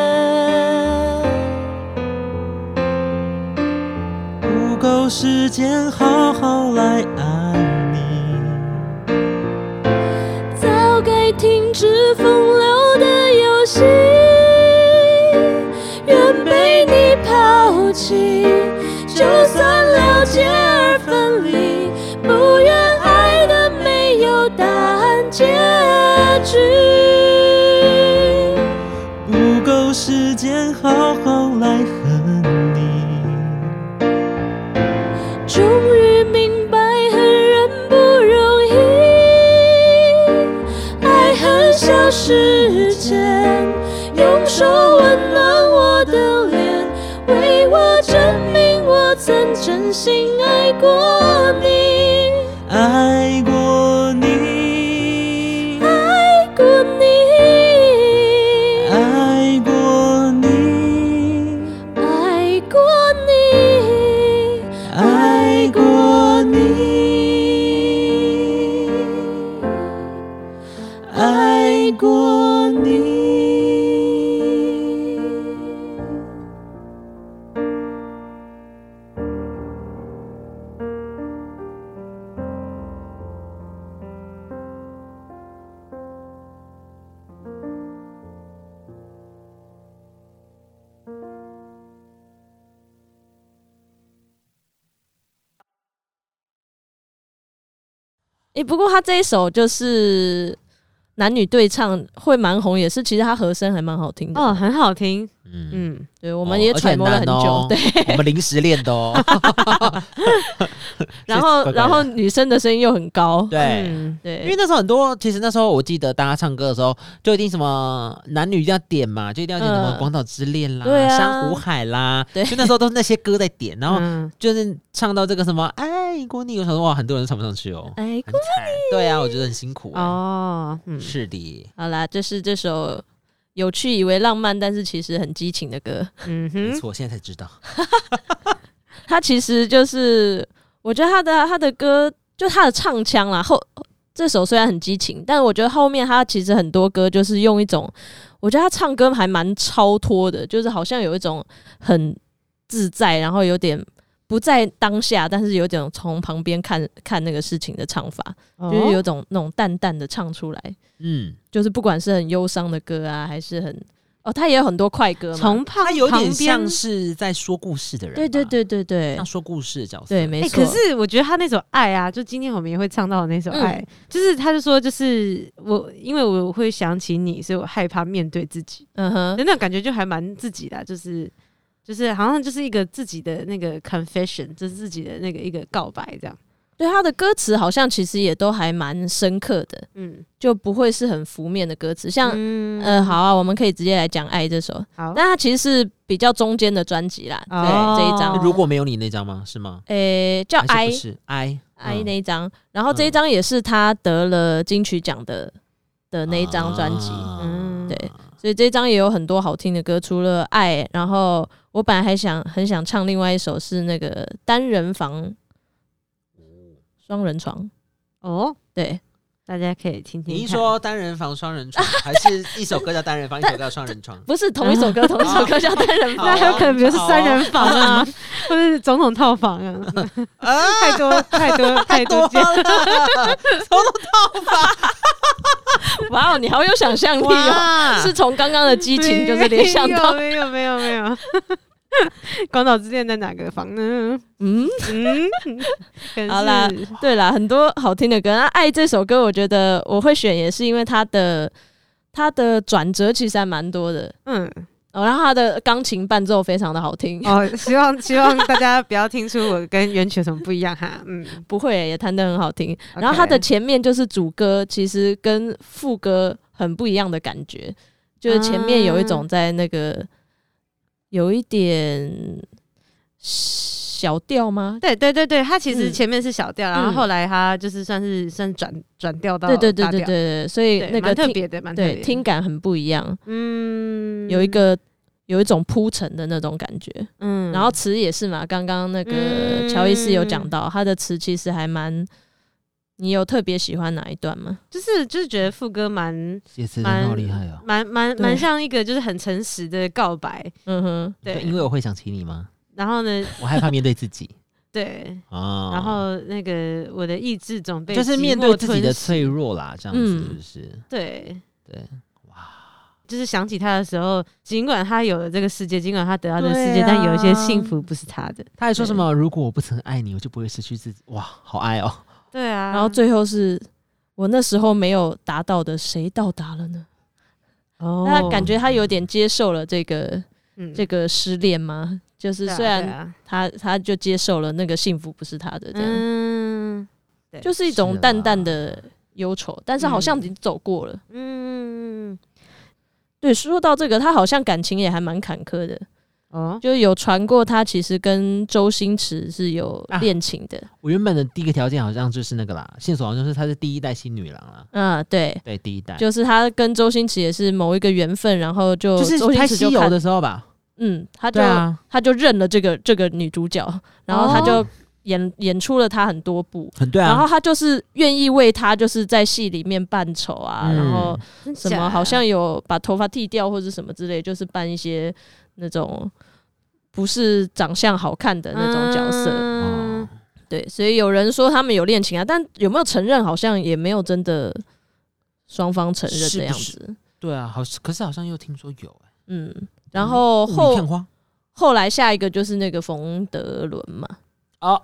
[SPEAKER 4] 不够时间好好来爱你。
[SPEAKER 1] 早该停止风流的游戏，原被你抛弃。就算了解而分离，不愿爱的没有答案结局。
[SPEAKER 4] 不够时间好好来恨你，
[SPEAKER 1] 终于明白，恨人不容易。爱恨消失前，用手温暖我的脸，为我证明我曾真心爱过你，
[SPEAKER 4] 爱过你，
[SPEAKER 1] 爱过你，
[SPEAKER 4] 爱过你，
[SPEAKER 1] 爱过你，
[SPEAKER 4] 爱过你，爱过你。
[SPEAKER 1] 诶、不过他这一首就是男女对唱会蛮红，也是其实他和声还蛮好听的。
[SPEAKER 3] 哦，很好听，
[SPEAKER 2] 嗯，
[SPEAKER 3] 嗯，
[SPEAKER 1] 对， <laughs> 我们也揣摩了很久。
[SPEAKER 2] 哦而
[SPEAKER 1] 对，
[SPEAKER 2] <laughs> 我们临时练的哦。
[SPEAKER 1] <laughs> 然后
[SPEAKER 2] <laughs> 怪怪的
[SPEAKER 1] 然后女生的声音又很高。
[SPEAKER 2] 对，
[SPEAKER 3] 嗯
[SPEAKER 1] 对，
[SPEAKER 2] 因为那时候很多，其实那时候我记得大家唱歌的时候，就一定什么男女一定要点嘛，就一定要点什么
[SPEAKER 1] 嗯
[SPEAKER 2] 《广岛之恋》啦，
[SPEAKER 1] 对啊
[SPEAKER 2] 珊瑚海》啦，
[SPEAKER 1] 对
[SPEAKER 2] 就那时候都是那些歌在点，然后
[SPEAKER 3] 嗯
[SPEAKER 2] 就是唱到这个什么爱过你，我想说哇，很多人都唱不上去哦，
[SPEAKER 1] 哎，
[SPEAKER 2] 很惨。对啊，我觉得很辛苦欸。
[SPEAKER 3] 哦，嗯，
[SPEAKER 2] 是的，
[SPEAKER 1] 好啦，这是这首有趣以为浪漫，但是其实很激情的歌。
[SPEAKER 3] 嗯
[SPEAKER 2] 没
[SPEAKER 3] 哼，
[SPEAKER 2] 错，现在才知道。
[SPEAKER 1] 它其实就是，我觉得他的他的歌，就他的唱腔啦，后这首虽然很激情，但我觉得后面他其实很多歌就是用一种，我觉得他唱歌还蛮超脱的，就是好像有一种很自在，然后有点。不在当下，但是有点从旁边看看那个事情的唱法，就是有
[SPEAKER 3] 哦
[SPEAKER 1] 种那种淡淡的唱出来，
[SPEAKER 2] 嗯，
[SPEAKER 1] 就是不管是很忧伤的歌啊，还是很哦，他也有很多快歌嘛，
[SPEAKER 3] 从旁
[SPEAKER 2] 他有
[SPEAKER 3] 旁
[SPEAKER 2] 点
[SPEAKER 3] 边
[SPEAKER 2] 像是在说故事的人，
[SPEAKER 1] 对对，对对对
[SPEAKER 2] 像说故事的角色。
[SPEAKER 1] 对，没
[SPEAKER 3] 哎、
[SPEAKER 1] 错。
[SPEAKER 3] 可是我觉得他那首《爱》啊，就今天我们也会唱到的那首《
[SPEAKER 1] 嗯
[SPEAKER 3] 爱》，就是他就说，就是我因为我会想起你，所以我害怕面对自己，
[SPEAKER 1] 嗯哼，
[SPEAKER 3] 那种感觉就还蛮自己的啊、就是就是好像就是一个自己的那个 confession，就是自己的那个一个告白这样。
[SPEAKER 1] 对他的歌词好像其实也都还蛮深刻的，
[SPEAKER 3] 嗯，
[SPEAKER 1] 就不会是很浮面的歌词。像、
[SPEAKER 3] 嗯
[SPEAKER 1] 呃，好啊，我们可以直接来讲《爱》这首，
[SPEAKER 3] 好
[SPEAKER 1] 但它其实是比较中间的专辑啦，对、
[SPEAKER 3] 哦
[SPEAKER 1] 这一张，
[SPEAKER 2] 如果没有你那张吗？是吗？
[SPEAKER 1] 诶、叫《
[SPEAKER 2] 还
[SPEAKER 1] 爱
[SPEAKER 2] 是不》是 I
[SPEAKER 1] 爱
[SPEAKER 2] 嗯
[SPEAKER 1] 那一张，然后这一张也是他得了金曲奖的的那一张专辑，
[SPEAKER 2] 啊
[SPEAKER 3] 嗯
[SPEAKER 1] 对所以这张也有很多好听的歌，除了《爱》，然后我本来还想很想唱另外一首是那个单人房、双人床，
[SPEAKER 3] 哦，
[SPEAKER 1] 对，
[SPEAKER 3] 大家可以听听。
[SPEAKER 2] 你一，说单人房、双人床， <laughs> 还是一首歌叫单人房，一首歌叫双人床？
[SPEAKER 1] 不是同一首歌，同一
[SPEAKER 3] <laughs> 哦
[SPEAKER 1] 首歌叫单人
[SPEAKER 3] 那
[SPEAKER 1] 房。
[SPEAKER 3] 还有可能比如是三人房啊，
[SPEAKER 1] 好
[SPEAKER 3] <laughs> 或者是总统套房啊，
[SPEAKER 2] 啊，
[SPEAKER 3] <laughs> 太多太多太多
[SPEAKER 2] 多
[SPEAKER 3] 间。
[SPEAKER 2] 了，
[SPEAKER 1] <laughs> 哇哦，你好有想象力哦！
[SPEAKER 2] 哇，
[SPEAKER 1] 是从刚刚的激情就是
[SPEAKER 3] 没
[SPEAKER 1] 联想到，
[SPEAKER 3] 没有没有没有。没 <laughs> 有广岛之恋在哪个房呢？
[SPEAKER 1] <laughs> 嗯，
[SPEAKER 3] 嗯，可能
[SPEAKER 1] 好啦
[SPEAKER 3] 是，
[SPEAKER 1] 对啦，很多好听的歌。那《爱》这首歌，我觉得我会选，也是因为它的它的转折其实还蛮多的，
[SPEAKER 3] 嗯，
[SPEAKER 1] 哦，然后它的钢琴伴奏非常的好听，
[SPEAKER 3] 哦，希望希望大家不要听出我跟原曲有什么不一样哈，嗯，
[SPEAKER 1] 不会耶也弹得很好听。然后它的
[SPEAKER 3] OK
[SPEAKER 1] 前面就是主歌，其实跟副歌很不一样的感觉，就是前面有一种在那个、有一点小调吗？
[SPEAKER 3] 对对对对，它其实
[SPEAKER 1] 嗯
[SPEAKER 3] 前面是小调，然后
[SPEAKER 1] 嗯
[SPEAKER 3] 后来它就是算是算转转调到
[SPEAKER 1] 对对对
[SPEAKER 3] 大
[SPEAKER 1] 对对
[SPEAKER 3] 调，
[SPEAKER 1] 对，所以
[SPEAKER 3] 对
[SPEAKER 1] 那个
[SPEAKER 3] 蛮特
[SPEAKER 1] 听
[SPEAKER 3] 别的，蛮特别
[SPEAKER 1] 对
[SPEAKER 3] 的，
[SPEAKER 1] 听感很不一样，
[SPEAKER 3] 嗯
[SPEAKER 1] 有一个。有一种铺陈的那种感觉，
[SPEAKER 3] 嗯
[SPEAKER 1] 然后词也是嘛，刚刚那个
[SPEAKER 3] 嗯
[SPEAKER 1] 乔伊斯有讲到，他的词其实还蛮，你有特别喜欢哪一段吗？
[SPEAKER 3] 就是就是觉得副歌蛮
[SPEAKER 2] 写词
[SPEAKER 3] 蛮
[SPEAKER 2] 人好厉害哦。
[SPEAKER 3] 蛮蛮
[SPEAKER 1] 对
[SPEAKER 3] 蛮像一个就是很诚实的告白，
[SPEAKER 1] 嗯哼，
[SPEAKER 3] 对，
[SPEAKER 2] 因为我会想起你吗？
[SPEAKER 3] 然后呢，
[SPEAKER 2] 我害怕面对自
[SPEAKER 1] <laughs>
[SPEAKER 2] 己
[SPEAKER 3] 对，
[SPEAKER 2] 啊。
[SPEAKER 3] 然后那个我的意志总被
[SPEAKER 2] 就是
[SPEAKER 3] 寂
[SPEAKER 2] 面
[SPEAKER 3] 寞
[SPEAKER 2] 对自己
[SPEAKER 3] 吞
[SPEAKER 2] 的
[SPEAKER 3] 噬
[SPEAKER 2] 脆弱啦，这样子
[SPEAKER 1] 嗯
[SPEAKER 2] 是不是？
[SPEAKER 3] 对
[SPEAKER 2] 对，
[SPEAKER 3] 就是想起他的时候，尽管他有了这个世界，尽管他得到这个世
[SPEAKER 2] 对
[SPEAKER 3] 界，
[SPEAKER 2] 啊
[SPEAKER 3] 但有一些幸福不是他的。
[SPEAKER 2] 他还说什么？如果我不曾爱你，我就不会失去自己。哇，好爱哦！
[SPEAKER 3] 对啊，
[SPEAKER 1] 然后最后是我那时候没有达到的，谁到达了呢？
[SPEAKER 3] 哦
[SPEAKER 1] 那他感觉他有点接受了这个
[SPEAKER 3] 嗯
[SPEAKER 1] 这个失恋吗？就是
[SPEAKER 3] 对啊
[SPEAKER 1] 虽
[SPEAKER 3] 对
[SPEAKER 1] 然
[SPEAKER 3] 啊
[SPEAKER 1] 他他就接受了那个幸福不是他的，这样
[SPEAKER 3] 嗯
[SPEAKER 1] 就是一种
[SPEAKER 2] 是
[SPEAKER 1] 淡淡
[SPEAKER 2] 啦
[SPEAKER 1] 的忧愁，但是好像已
[SPEAKER 3] 嗯
[SPEAKER 1] 经走过了。
[SPEAKER 3] 嗯
[SPEAKER 1] 对，说到这个，他好像感情也还蛮坎坷的，
[SPEAKER 3] 哦
[SPEAKER 1] 就有传过他其实跟周星驰是有
[SPEAKER 2] 啊
[SPEAKER 1] 恋情的。
[SPEAKER 2] 我原本的第一个条件好像就是那个啦，线索好像是她是第一代新女郎啦，
[SPEAKER 1] 嗯，对，
[SPEAKER 2] 对，第一代
[SPEAKER 1] 就是他跟周星驰也是某一个缘分，然后就
[SPEAKER 2] 就是
[SPEAKER 1] 周星
[SPEAKER 2] 拍
[SPEAKER 1] 驰就
[SPEAKER 2] 西游
[SPEAKER 1] 看
[SPEAKER 2] 的时候吧，
[SPEAKER 1] 嗯，他就、
[SPEAKER 2] 对啊，
[SPEAKER 1] 他就认了这个这个女主角，然后他就演、演出了她很多部，
[SPEAKER 2] 很哦对啊，
[SPEAKER 1] 然后他就是愿意为她就是在戏里面扮丑啊，
[SPEAKER 2] 嗯
[SPEAKER 1] 然后
[SPEAKER 3] 真
[SPEAKER 1] 什
[SPEAKER 3] 假
[SPEAKER 1] 么好像有把头发剃掉或者什么之类，就是扮一些那种不是长相好看的那种角色。
[SPEAKER 3] 嗯
[SPEAKER 2] 哦
[SPEAKER 1] 对，所以有人说他们有恋情啊，但有没有承认好像也没有真的双方承认
[SPEAKER 2] 是
[SPEAKER 1] 的
[SPEAKER 2] 不
[SPEAKER 1] 样子。
[SPEAKER 2] 是对啊，好，可是好像又听说有哎、
[SPEAKER 1] 嗯，然后
[SPEAKER 2] 雾里
[SPEAKER 1] 后
[SPEAKER 2] 哦看花
[SPEAKER 1] 后来下一个就是那个冯德伦嘛。
[SPEAKER 2] 哦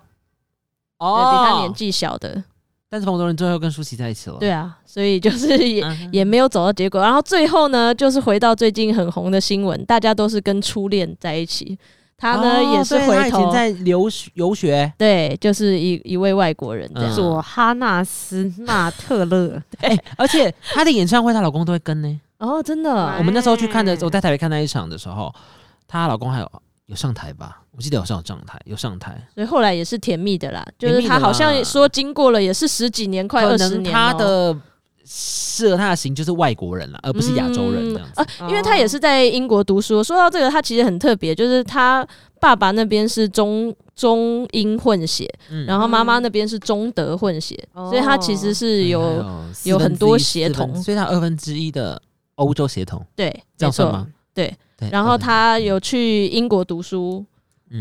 [SPEAKER 1] 对比他年
[SPEAKER 2] 哦，
[SPEAKER 1] 纪小的，
[SPEAKER 2] 但是冯德伦最后跟舒淇在一起了。
[SPEAKER 1] 对啊，所以就是也、
[SPEAKER 2] 嗯
[SPEAKER 1] 也没有走到结果。然后最后呢，就是回到最近很红的新闻，大家都是跟初恋在一起。他呢、
[SPEAKER 2] 哦
[SPEAKER 1] 也是
[SPEAKER 2] 对他
[SPEAKER 1] 回
[SPEAKER 2] 以前
[SPEAKER 1] 头，
[SPEAKER 2] 在留学游学，
[SPEAKER 1] 对，就是一一位外国人这样。
[SPEAKER 2] 嗯
[SPEAKER 3] 佐哈纳斯纳特勒，
[SPEAKER 2] 哎、而且她的演唱会，她老公都会跟呢。
[SPEAKER 1] 哦，真的
[SPEAKER 3] 哇
[SPEAKER 2] 我们那时候去
[SPEAKER 1] 嗯
[SPEAKER 2] 看的，我在台北看那一场的时候，她老公还有有上台吧？我记得有上上台，有上台。
[SPEAKER 1] 所以后来也是甜蜜的啦，就
[SPEAKER 2] 甜
[SPEAKER 1] 是
[SPEAKER 2] 蜜
[SPEAKER 1] 他
[SPEAKER 2] 的
[SPEAKER 1] 好像
[SPEAKER 2] 啦
[SPEAKER 1] 说经过了也是十几年，快
[SPEAKER 2] 可
[SPEAKER 1] 二十
[SPEAKER 2] 能
[SPEAKER 1] 年、
[SPEAKER 2] 她。的适合她的型就是外国人啦，而不是亚洲人这样子。
[SPEAKER 1] 啊，因为他
[SPEAKER 3] 哦
[SPEAKER 1] 也是在英国读书。说到这个，他其实很特别，就是他爸爸那边是中中英混血，
[SPEAKER 2] 嗯
[SPEAKER 1] 然后妈妈那边是中德混血，
[SPEAKER 3] 哦
[SPEAKER 1] 所以他其实是有、
[SPEAKER 2] 嗯还
[SPEAKER 1] 有
[SPEAKER 2] 四分
[SPEAKER 1] 很
[SPEAKER 2] 之
[SPEAKER 1] 多
[SPEAKER 2] 一
[SPEAKER 1] 血
[SPEAKER 2] 四分
[SPEAKER 1] 统
[SPEAKER 2] 所以她二分之一的欧洲血统，
[SPEAKER 1] 对，没
[SPEAKER 2] 这样算
[SPEAKER 1] 错
[SPEAKER 2] 吗。？哎
[SPEAKER 1] 对
[SPEAKER 2] 对。
[SPEAKER 1] 然后
[SPEAKER 2] 二分之一
[SPEAKER 1] 他有去英国读书、
[SPEAKER 2] 嗯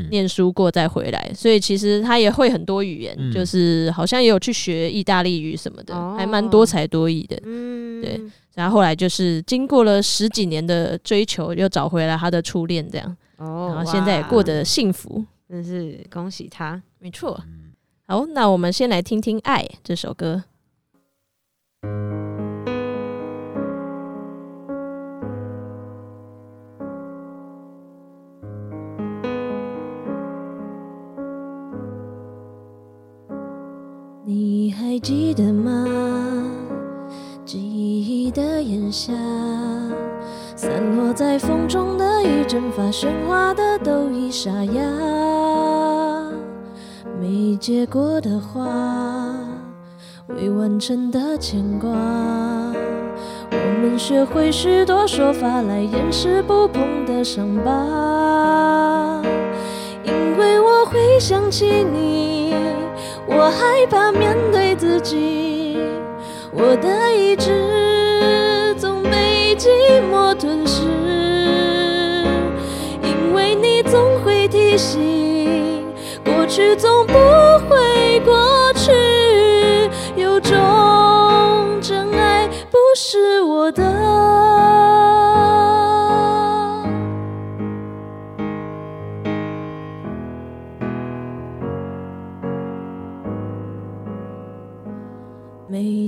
[SPEAKER 1] 念书过，再回来，所以其实他也会很多语言，
[SPEAKER 2] 嗯
[SPEAKER 1] 就是好像也有去学意大利语什么的，
[SPEAKER 3] 哦
[SPEAKER 1] 还蛮多才多艺的。
[SPEAKER 3] 嗯
[SPEAKER 1] 对然后后来就是经过了十几年的追求，又找回了他的初恋，这样，
[SPEAKER 3] 哦
[SPEAKER 1] 然后现在也过，得幸福。
[SPEAKER 3] 哇真是恭喜他。
[SPEAKER 1] 没错。
[SPEAKER 2] 嗯
[SPEAKER 1] 好，那我们先来听听《爱》这首歌。你还记得吗？记忆的炎夏，散落在风中的雨，蒸发喧哗的都已沙哑。没结果的话，未完成的牵挂，我们学会许多说法来掩饰不碰的伤疤。因为我会想起你，我害怕面对自己，我的意志总被寂寞吞噬，因为你总会提醒。过去总不会过去，有种真爱不是我的。没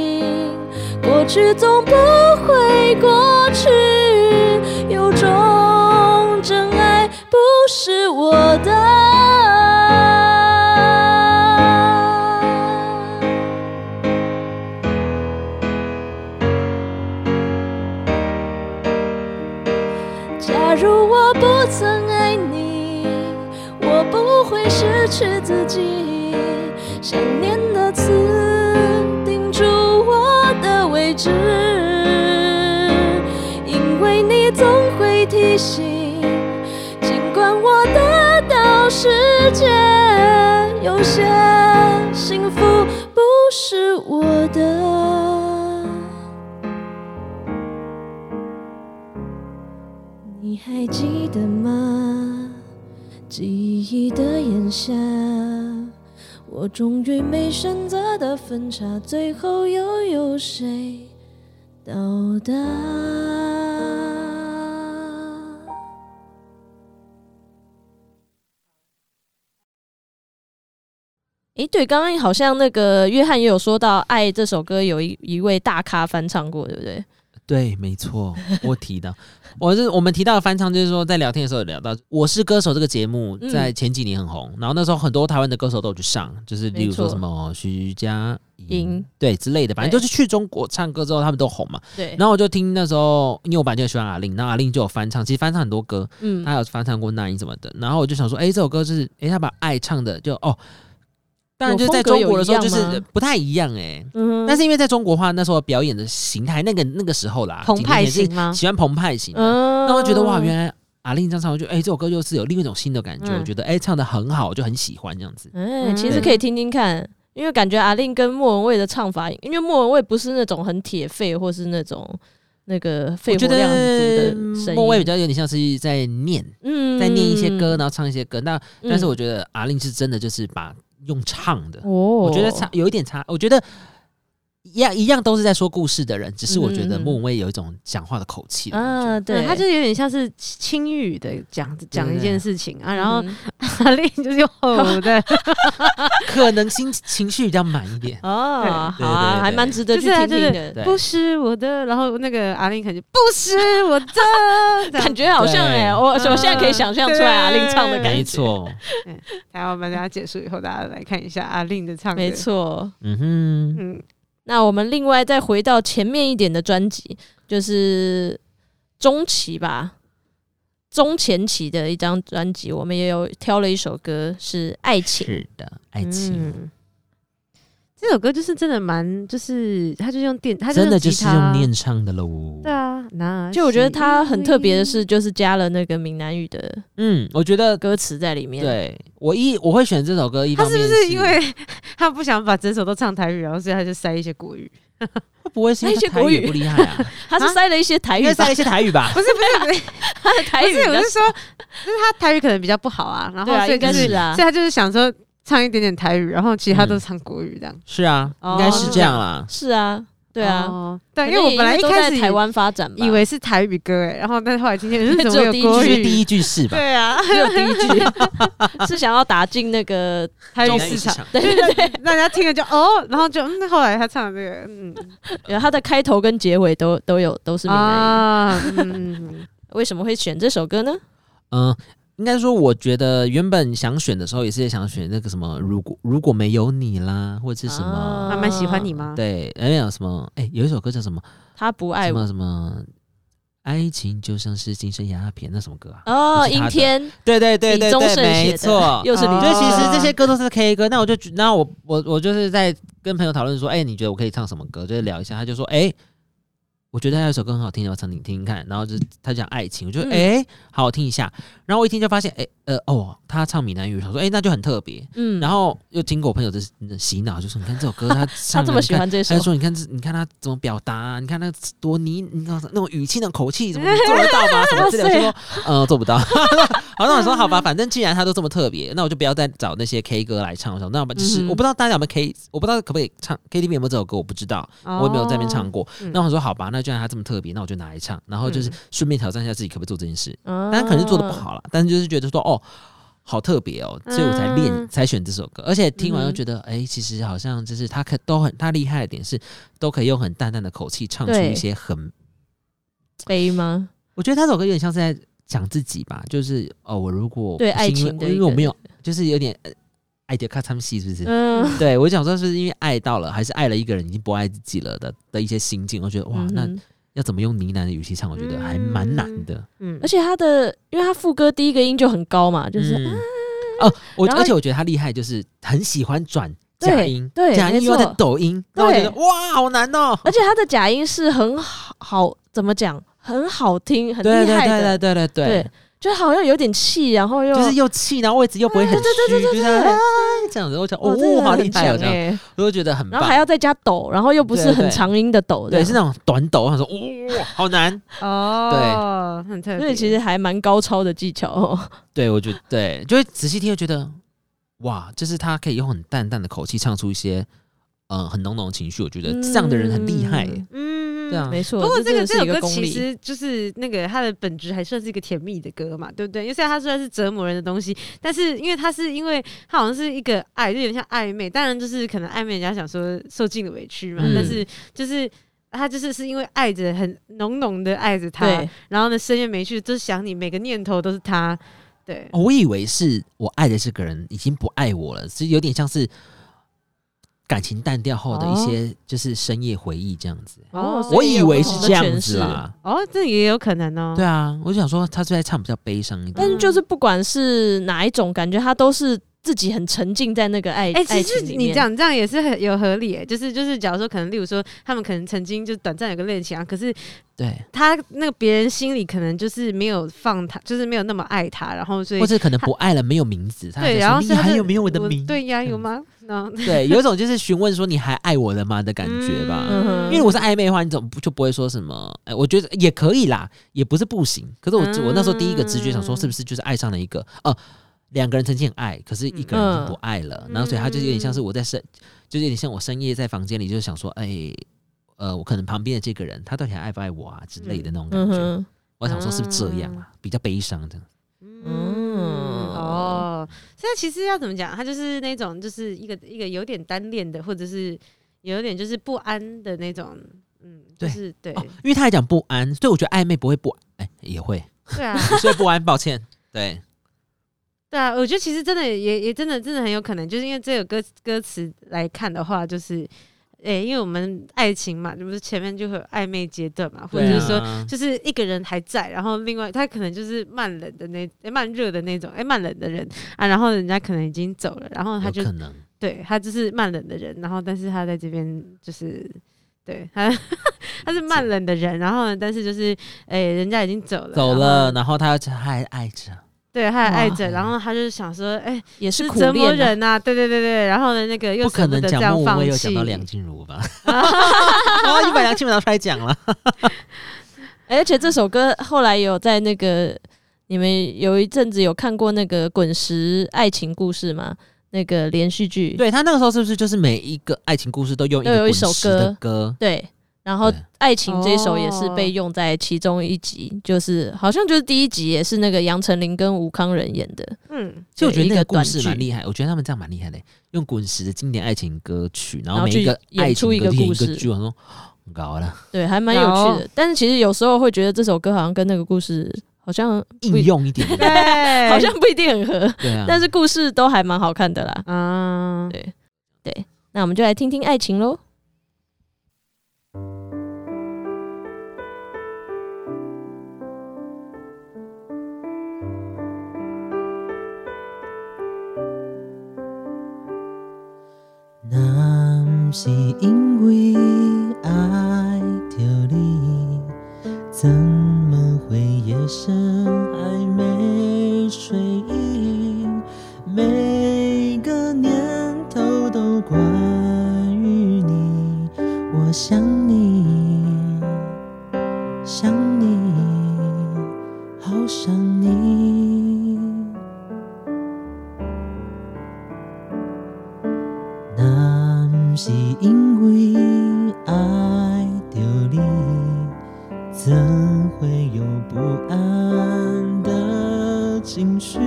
[SPEAKER 1] 过去总不会过去，有种真爱不是我的。假如我不曾爱你，我不会失去自己。想念的刺钉住我的位置，因为你总会提醒，尽管我得到世界，有些幸福不是我的。你还记得吗？记忆的炎夏，我终于没选择的分岔，最后又有谁到达？诶，对，刚刚好像那个约翰也有说到，《爱》这首歌有一一位大咖翻唱过，对不对？
[SPEAKER 2] 对，没错，我提到，我是我们提到的翻唱，就是说在聊天的时候有聊到《我是歌手》这个节目，
[SPEAKER 1] 嗯
[SPEAKER 2] 在前几年很红，然后那时候很多台湾的歌手都有去上，就是例如
[SPEAKER 1] 没
[SPEAKER 2] 说
[SPEAKER 1] 错
[SPEAKER 2] 什么徐佳
[SPEAKER 1] 莹
[SPEAKER 2] 莹对之类的，反正就是去中国唱歌之后他们都红嘛。
[SPEAKER 1] 对，
[SPEAKER 2] 然后我就听那时候，因为我本来就喜欢阿令，然后阿令就有翻唱，其实翻唱很多歌，
[SPEAKER 1] 嗯
[SPEAKER 2] 他有翻唱过《那英》什么的，然后我就想说，哎、这首歌就是，哎、他把爱唱的就哦，当然
[SPEAKER 1] 有
[SPEAKER 2] 就是在
[SPEAKER 1] 风格
[SPEAKER 2] 中
[SPEAKER 1] 有
[SPEAKER 2] 国的时候
[SPEAKER 1] 一
[SPEAKER 2] 就
[SPEAKER 1] 样
[SPEAKER 2] 是
[SPEAKER 1] 吗
[SPEAKER 2] 不太一样哎、
[SPEAKER 1] 嗯
[SPEAKER 2] 但是因为在中国话，那时候表演的形态，那个那个时候啦，
[SPEAKER 3] 澎湃
[SPEAKER 2] 几年前
[SPEAKER 3] 型吗
[SPEAKER 2] 是喜欢澎湃型的。
[SPEAKER 1] 嗯
[SPEAKER 2] 那我觉得哇，原来阿令这样唱，我就哎、这首歌又是有另一种新的感觉，
[SPEAKER 3] 嗯
[SPEAKER 2] 我觉得哎、唱的很好，我就很喜欢这样子。
[SPEAKER 1] 哎、
[SPEAKER 3] 嗯
[SPEAKER 1] 其实可以听听看，因为感觉阿令跟莫文蔚的唱法，因为莫文蔚不是那种很铁肺，或是那种那个肺
[SPEAKER 2] 我觉
[SPEAKER 1] 活量很
[SPEAKER 2] 得
[SPEAKER 1] 足的声音。
[SPEAKER 2] 莫蔚比较有点像是在念，
[SPEAKER 1] 嗯
[SPEAKER 2] 在念一些歌，然后唱一些歌。那
[SPEAKER 1] 嗯
[SPEAKER 2] 但是我觉得阿令是真的就是把用唱的，
[SPEAKER 1] 哦，
[SPEAKER 2] 我
[SPEAKER 1] 我
[SPEAKER 2] 觉得差有一点差。我觉得一样一样都是在说故事的人，只是我觉得
[SPEAKER 1] 嗯嗯嗯
[SPEAKER 2] 莫文蔚有一种讲话的口气的感觉
[SPEAKER 1] 啊，对，
[SPEAKER 3] 嗯他就有点像是轻语的讲讲一件事情啊，然后
[SPEAKER 1] 嗯
[SPEAKER 3] 阿令就是用
[SPEAKER 1] <laughs>
[SPEAKER 3] 吼的，
[SPEAKER 2] 可能心情绪比较满一点。
[SPEAKER 1] 哦，
[SPEAKER 2] 对
[SPEAKER 1] 好啊，
[SPEAKER 2] 对对
[SPEAKER 1] 还蛮值得去
[SPEAKER 3] 就是啊
[SPEAKER 1] 听听
[SPEAKER 3] 就
[SPEAKER 1] 的，
[SPEAKER 2] 对
[SPEAKER 3] 不是我的，然后那个阿令可能就不是
[SPEAKER 1] <laughs>
[SPEAKER 3] 我的，这样
[SPEAKER 1] 感觉好像哎，
[SPEAKER 2] 对
[SPEAKER 1] 我我现在可以想象出来阿令唱的
[SPEAKER 3] <laughs>
[SPEAKER 1] 感
[SPEAKER 2] 没
[SPEAKER 1] 觉，
[SPEAKER 2] 错，
[SPEAKER 3] 然后我们大家结束以后，大家来看一下阿令的唱的，
[SPEAKER 1] 没，错。
[SPEAKER 2] 嗯哼，
[SPEAKER 3] 嗯，
[SPEAKER 1] 那我们另外再回到前面一点的专辑，就是中期吧，中前期的一张专辑，我们也有挑了一首歌是《爱情》。
[SPEAKER 2] 是的，爱情
[SPEAKER 3] 嗯这首歌就是真的蛮，就是他就用电，他
[SPEAKER 2] 真的
[SPEAKER 3] 用
[SPEAKER 2] 就
[SPEAKER 3] 吉
[SPEAKER 2] 是
[SPEAKER 3] 他
[SPEAKER 2] 用念唱的喽。
[SPEAKER 3] 对啊，那
[SPEAKER 1] 就我觉得它很特别的
[SPEAKER 3] 因为
[SPEAKER 1] 是，就是加了那个闽南语的
[SPEAKER 2] 嗯，我觉得
[SPEAKER 1] 歌词在里面。，
[SPEAKER 2] 对我一我会选这首歌，一
[SPEAKER 3] 他
[SPEAKER 2] 方
[SPEAKER 3] 是
[SPEAKER 2] 面
[SPEAKER 3] 不是因为 <laughs> 他不想把整首都唱台语，然后所以他就塞一
[SPEAKER 1] <laughs>
[SPEAKER 3] 些国语？
[SPEAKER 2] 会不会是因为
[SPEAKER 1] 那些
[SPEAKER 2] 他台
[SPEAKER 1] 国
[SPEAKER 2] 语
[SPEAKER 1] 语
[SPEAKER 2] 不厉害
[SPEAKER 3] <laughs>
[SPEAKER 2] 啊？
[SPEAKER 1] 它是塞了一些台
[SPEAKER 2] 应
[SPEAKER 1] 语
[SPEAKER 2] 该塞
[SPEAKER 1] 吧
[SPEAKER 2] 了一，些台语吧
[SPEAKER 3] 不？是不是不是，
[SPEAKER 1] 它的 <laughs> 台
[SPEAKER 3] 不
[SPEAKER 1] 语
[SPEAKER 3] 是
[SPEAKER 1] 比
[SPEAKER 3] 我
[SPEAKER 1] 较
[SPEAKER 3] 是说，就是他台语可能比较不好啊，然后
[SPEAKER 1] 对啊，
[SPEAKER 3] 所以
[SPEAKER 1] 应
[SPEAKER 3] 就
[SPEAKER 1] 该
[SPEAKER 3] 是，
[SPEAKER 1] 是啊
[SPEAKER 3] 所以。他就是想说唱一点点台语，然后其他都唱国语这样。
[SPEAKER 2] 是啊，
[SPEAKER 3] 哦
[SPEAKER 2] 应该是这样啦。
[SPEAKER 1] 是啊，对啊，
[SPEAKER 3] 哦，
[SPEAKER 1] 可
[SPEAKER 3] 对，
[SPEAKER 1] 能
[SPEAKER 3] 因为我
[SPEAKER 1] 也
[SPEAKER 3] 本来一
[SPEAKER 1] 都
[SPEAKER 3] 开
[SPEAKER 1] 在
[SPEAKER 3] 始以
[SPEAKER 1] 台湾发展吧，
[SPEAKER 3] 以为是台语歌哎，然后但是后来今天嗯
[SPEAKER 1] 只有
[SPEAKER 3] 怎么
[SPEAKER 1] 第一
[SPEAKER 3] 有 <laughs> 国
[SPEAKER 1] 句
[SPEAKER 2] 就是第
[SPEAKER 1] <laughs>
[SPEAKER 3] 语？
[SPEAKER 2] 一句是吧？
[SPEAKER 3] 对啊，
[SPEAKER 1] 只有第一句
[SPEAKER 3] <laughs>
[SPEAKER 1] 是想要打进那个
[SPEAKER 3] 台语
[SPEAKER 2] 中
[SPEAKER 3] 市
[SPEAKER 2] 市
[SPEAKER 3] 场。
[SPEAKER 2] 场，
[SPEAKER 1] 对对对，
[SPEAKER 3] 大家听了就哦，然后
[SPEAKER 1] <laughs>
[SPEAKER 3] 就嗯，后来他唱这个嗯
[SPEAKER 1] 然后它的开头跟结尾都都有都是闽南语。
[SPEAKER 3] 啊，嗯，
[SPEAKER 1] 为什么会选这首歌呢？
[SPEAKER 2] 嗯。应该说，我觉得原本想选的时候也是想选那个什么，如果如果没有你啦，或者是什
[SPEAKER 1] 啊
[SPEAKER 2] 么，
[SPEAKER 3] 慢慢喜欢你吗？
[SPEAKER 2] 对，哎有什么，哎、有一首歌叫什么
[SPEAKER 1] 他不爱
[SPEAKER 2] 什
[SPEAKER 1] 我
[SPEAKER 2] 么什么，爱情就像是精神鸦片，那什么歌啊？
[SPEAKER 1] 哦，
[SPEAKER 2] 就
[SPEAKER 1] 阴
[SPEAKER 2] 是他的啊
[SPEAKER 1] 天
[SPEAKER 2] 对对对
[SPEAKER 1] 李
[SPEAKER 2] 对
[SPEAKER 1] 宗
[SPEAKER 2] 对，
[SPEAKER 1] 盛写
[SPEAKER 2] 没
[SPEAKER 1] 的
[SPEAKER 2] 错，
[SPEAKER 1] 又是李宗
[SPEAKER 3] 哦
[SPEAKER 2] 所以
[SPEAKER 1] 盛，
[SPEAKER 2] 其实这些歌都是 K 歌，那我就觉，那我我我就是在跟朋友讨论说，哎、你觉得我可以唱什么歌？就是聊一下，他就说，哎、我觉得他有一首歌很好听，要不要唱你听听看。然后就是他讲爱情，我就哎、
[SPEAKER 1] 嗯
[SPEAKER 2] 好，我听一下。然后我一听就发现，哎、呃哦，他唱闽南语，我想说，哎、那就很特别。
[SPEAKER 1] 嗯，
[SPEAKER 2] 然后又经过我朋友的的洗脑，就说你看这首歌，
[SPEAKER 1] <laughs>
[SPEAKER 2] 他
[SPEAKER 1] 他
[SPEAKER 2] 唱
[SPEAKER 1] 这
[SPEAKER 2] 得
[SPEAKER 1] 么
[SPEAKER 2] 你
[SPEAKER 1] 喜
[SPEAKER 2] 看
[SPEAKER 1] 欢这首
[SPEAKER 2] 他就，说：“你看这，你看他怎么表达、你看他多泥，你看那种语气、那种口气，怎么你做得到
[SPEAKER 1] <laughs>
[SPEAKER 2] 吗？什么之类的。”我就说：“呃，做不到。” <laughs> 好，那我说：“好吧，反正既然他都这么特别，那我就不要再找那些 K 歌来唱。”我说：“那我们就是、
[SPEAKER 1] 嗯哼
[SPEAKER 2] 我不知道大家有没有 K，我不知道可不可以唱 KTV 有没有这首歌，我不知道，
[SPEAKER 1] <laughs> 哦
[SPEAKER 2] 我也没有在那边唱过。
[SPEAKER 3] 嗯
[SPEAKER 2] 那我说：“好吧，那既然他这么特别，那我就拿来唱，然后就是
[SPEAKER 3] 嗯
[SPEAKER 2] 顺便挑战一下自己可不可以做这件事。
[SPEAKER 1] 当
[SPEAKER 2] 当然可能是做的不，好了，但是就是觉得说哦，好特别哦，所以我才练、
[SPEAKER 3] 嗯
[SPEAKER 2] 才选这首歌，而且听完又
[SPEAKER 1] 嗯
[SPEAKER 2] 觉得哎、诶其实好像就是他可都很他厉害的点是，都可以用很淡淡的口气唱出
[SPEAKER 1] 对
[SPEAKER 2] 一些很，
[SPEAKER 1] 悲吗？
[SPEAKER 2] 我觉得他这首歌有点像是在讲自己吧，就是哦，我如果
[SPEAKER 1] 对
[SPEAKER 2] 不是
[SPEAKER 1] 爱
[SPEAKER 2] 因为
[SPEAKER 1] 情的
[SPEAKER 2] 因
[SPEAKER 1] 一
[SPEAKER 2] 为我
[SPEAKER 1] 个
[SPEAKER 2] 没有，就是有点呃爱的咔嚓戏是不是？
[SPEAKER 1] 嗯，
[SPEAKER 2] <laughs> 对我想说，是因为爱到了，还是爱了一个人已经不爱自己了的的一些心境，我觉得哇，那
[SPEAKER 1] 嗯哼
[SPEAKER 2] 要怎么用呢喃的语气唱，我觉得还蛮难的。
[SPEAKER 3] 嗯
[SPEAKER 1] 而且他的，因为他副歌第一个音就很高嘛，就是啊
[SPEAKER 2] 嗯哦，我
[SPEAKER 1] 然后
[SPEAKER 2] 而且我觉得他厉害，就是很喜欢转假
[SPEAKER 1] 对
[SPEAKER 2] 音，
[SPEAKER 1] 对
[SPEAKER 2] 假音
[SPEAKER 1] 没
[SPEAKER 2] 又在
[SPEAKER 1] 错
[SPEAKER 2] 抖音，那我觉得
[SPEAKER 1] 对
[SPEAKER 2] 哇，好难哦。
[SPEAKER 1] 而且他的假音是很好，好怎么讲，很好听，很
[SPEAKER 2] 对
[SPEAKER 1] 厉
[SPEAKER 2] 对
[SPEAKER 1] 害
[SPEAKER 2] 对
[SPEAKER 1] 的，
[SPEAKER 2] 对对对
[SPEAKER 1] 就好像有点气，然后又
[SPEAKER 2] 对，就是又气，然后位置又不会很
[SPEAKER 1] 啊
[SPEAKER 2] 虚，就是哎这样子，我想
[SPEAKER 1] 哦真
[SPEAKER 2] 哦，
[SPEAKER 1] 的
[SPEAKER 2] 好
[SPEAKER 1] 很
[SPEAKER 2] 厉害哦，
[SPEAKER 1] 强
[SPEAKER 2] 这样，
[SPEAKER 1] 欸
[SPEAKER 2] 我就觉得很
[SPEAKER 1] 然后还
[SPEAKER 2] 棒。
[SPEAKER 1] 要再加抖，然后又不是
[SPEAKER 2] 对对
[SPEAKER 1] 很长音的抖，
[SPEAKER 2] 对，是
[SPEAKER 1] 这样
[SPEAKER 2] 那种短抖，我想说哇，好难。
[SPEAKER 3] 哦，很特别。
[SPEAKER 1] 所以其实还蛮高超的技巧哦。
[SPEAKER 2] 对，我觉得对，就会仔细听，就觉得哇，就是他可以用很淡淡的口气唱出一些嗯很浓浓的情绪，我觉得这样的人很厉害耶。
[SPEAKER 1] 嗯
[SPEAKER 3] 嗯，
[SPEAKER 2] 对啊，
[SPEAKER 1] <laughs> 没错。
[SPEAKER 3] 不过这
[SPEAKER 1] 这
[SPEAKER 3] 个这
[SPEAKER 1] 真的是
[SPEAKER 3] 首
[SPEAKER 1] 一个
[SPEAKER 3] 歌
[SPEAKER 1] 功力
[SPEAKER 3] 其实就是那个它的本质还算是一个甜蜜的歌嘛，对不对？因为虽然它虽然是折磨人的东西，但是因为它是因为它好像是一个爱，就有点像暧昧。当然就是可能暧昧人家想说受尽了委屈嘛，
[SPEAKER 2] 嗯
[SPEAKER 3] 但是就是他就是是因为爱着很浓浓的爱着他
[SPEAKER 1] 对，，
[SPEAKER 3] 然后呢深夜没去都是想你，每个念头都是他。对，
[SPEAKER 2] 哦，我以为是我爱的这个人已经不爱我了，是有点像是感情淡掉后的
[SPEAKER 3] 哦
[SPEAKER 2] 一些就是深夜回忆这样子。
[SPEAKER 1] 哦所
[SPEAKER 2] 我
[SPEAKER 1] 以
[SPEAKER 2] 以
[SPEAKER 1] 有
[SPEAKER 2] 为
[SPEAKER 1] 不
[SPEAKER 2] 是
[SPEAKER 1] 同的
[SPEAKER 2] 这样
[SPEAKER 1] 诠
[SPEAKER 2] 子
[SPEAKER 1] 释
[SPEAKER 2] 啦，
[SPEAKER 3] 哦，这也有可能哦。
[SPEAKER 2] 对啊，我就想说他是在唱比较悲伤一点
[SPEAKER 1] 但。是
[SPEAKER 3] 嗯
[SPEAKER 1] 就是不管是哪一种感觉，他都是自己很沉浸在那个爱
[SPEAKER 3] 哎、
[SPEAKER 1] 爱
[SPEAKER 3] 其实
[SPEAKER 1] 情里
[SPEAKER 3] 你
[SPEAKER 1] 面。
[SPEAKER 3] 讲这样也是很有合理、欸，就是就是，假如说可能，例如说，他们可能曾经就短暂有个恋情啊，可是
[SPEAKER 2] 对，
[SPEAKER 3] 他那个别人心里可能就是没有放他，就是没有那么爱他，然后所以
[SPEAKER 2] 或者可能不爱了没有名字，他
[SPEAKER 3] 对，
[SPEAKER 2] 在
[SPEAKER 3] 然
[SPEAKER 2] 想
[SPEAKER 3] 后
[SPEAKER 2] 你
[SPEAKER 3] 所以他
[SPEAKER 2] 还
[SPEAKER 3] 就
[SPEAKER 2] 有没有我的
[SPEAKER 3] 我
[SPEAKER 2] 名？
[SPEAKER 3] 对呀，
[SPEAKER 2] 这样
[SPEAKER 3] 有吗？嗯然后
[SPEAKER 2] 对，有一种就是询问说你还爱我了吗的感觉吧。
[SPEAKER 3] 嗯
[SPEAKER 2] 因为如果是暧昧的话，你总就不会说什么，哎、我觉得也可以啦，也不是不行。可是我、我那时候第一个直觉想说，是不是就是爱上了一个呃，两个人曾经很爱，可是一个
[SPEAKER 3] 嗯
[SPEAKER 2] 人已经不爱了，然后所以他就有点像是我在深，就是有点像我深夜在房间里就是想说，哎、呃，我可能旁边的这个人他到底还爱不爱我啊之类的那种感
[SPEAKER 1] 嗯
[SPEAKER 2] 觉。
[SPEAKER 1] 哼，
[SPEAKER 2] 我想说是不是这样啊，比较悲伤这样。
[SPEAKER 3] 嗯哦，现在其实要怎么讲，他就是那种就是一个一个有点单恋的，或者是有点就是不安的那种，嗯，就
[SPEAKER 2] 对
[SPEAKER 3] 是对
[SPEAKER 2] 哦，因为他还讲不安，所以我觉得暧昧不会不安，哎、也会，
[SPEAKER 3] 对啊，
[SPEAKER 2] 所以不安，抱歉，对。
[SPEAKER 3] <laughs> 对啊，我觉得其实真的也也真的真的很有可能，就是因为这个歌歌词来看的话，就是，诶、因为我们爱情嘛，这不是前面就会有暧昧阶段嘛，或者
[SPEAKER 2] 对
[SPEAKER 3] 是
[SPEAKER 2] 啊
[SPEAKER 3] 说就是一个人还在，然后另外他可能就是慢冷的那、诶慢热的那种，哎、慢冷的人啊，然后人家可能已经走了，然后他
[SPEAKER 2] 有
[SPEAKER 3] 就
[SPEAKER 2] 可能，
[SPEAKER 3] 对他就是慢冷的人，然后但是他在这边就是对 <laughs> 他他是慢冷的人，然后呢，但是就是诶、人家已经走了，
[SPEAKER 2] 走
[SPEAKER 3] 然
[SPEAKER 2] 了，
[SPEAKER 3] 后
[SPEAKER 2] 然后他他还爱着，
[SPEAKER 3] 对，他还爱
[SPEAKER 1] 哇
[SPEAKER 3] 着，然后他就是想说，哎、
[SPEAKER 1] 也
[SPEAKER 3] 是
[SPEAKER 1] 是苦
[SPEAKER 3] 折
[SPEAKER 1] 练
[SPEAKER 3] 磨
[SPEAKER 1] 啊，
[SPEAKER 3] 人呐、对对对对，然后呢，那个又
[SPEAKER 2] 不可能
[SPEAKER 3] 舍得这
[SPEAKER 2] 讲
[SPEAKER 3] 样
[SPEAKER 2] 莫文
[SPEAKER 3] 放
[SPEAKER 2] 蔚又
[SPEAKER 3] 弃
[SPEAKER 2] 讲到梁静
[SPEAKER 1] <laughs>
[SPEAKER 2] 茹吧？啊，你把梁静茹拿出来讲了，
[SPEAKER 1] 而且这首歌后来有在那个你们有一阵子有看过那个《滚石爱情故事》吗？那个连续剧，
[SPEAKER 2] 对他那个时候是不是就是每一个爱情故事都用一
[SPEAKER 1] 都有
[SPEAKER 2] 个
[SPEAKER 1] 一
[SPEAKER 2] 滚
[SPEAKER 1] 首
[SPEAKER 2] 石的
[SPEAKER 1] 歌
[SPEAKER 2] 歌？
[SPEAKER 1] 对然后
[SPEAKER 2] 对
[SPEAKER 1] 爱情这一首也是被用在其中一集，就是好像就是第一集也是那个杨丞琳跟吴康仁演的， <laughs>
[SPEAKER 3] 嗯，
[SPEAKER 2] 其实我觉得
[SPEAKER 1] 一
[SPEAKER 2] 那
[SPEAKER 1] 个
[SPEAKER 2] 个故
[SPEAKER 1] 短
[SPEAKER 2] 事
[SPEAKER 1] 剧
[SPEAKER 2] 蛮厉害，我觉得他们这样蛮厉害的，用滚石的经典爱情歌曲，
[SPEAKER 1] 然
[SPEAKER 2] 然后
[SPEAKER 1] 后
[SPEAKER 2] 每
[SPEAKER 1] 去
[SPEAKER 2] 一个
[SPEAKER 1] 演
[SPEAKER 2] 爱情
[SPEAKER 1] 出
[SPEAKER 2] 歌
[SPEAKER 1] 一个
[SPEAKER 2] 演
[SPEAKER 1] 故
[SPEAKER 2] 一个
[SPEAKER 1] 事
[SPEAKER 2] 剧，我说搞了，
[SPEAKER 1] 对，还蛮有趣的。但是其实有时候会觉得这首歌好像跟那个故事好像不
[SPEAKER 2] 应
[SPEAKER 1] 一
[SPEAKER 2] 用
[SPEAKER 1] <laughs>
[SPEAKER 2] 一点，
[SPEAKER 3] 对，
[SPEAKER 1] 好像不一定很合，
[SPEAKER 2] 对啊，
[SPEAKER 1] 但是故事都还蛮好看的啦。
[SPEAKER 3] 嗯，
[SPEAKER 1] 对那我们就来听听爱情喽。
[SPEAKER 4] 若是因为爱着你，怎么会夜深还没睡意？每个念头都关于你，我想你，想你，好想你。若不是因为爱着你，怎会有不安的情绪？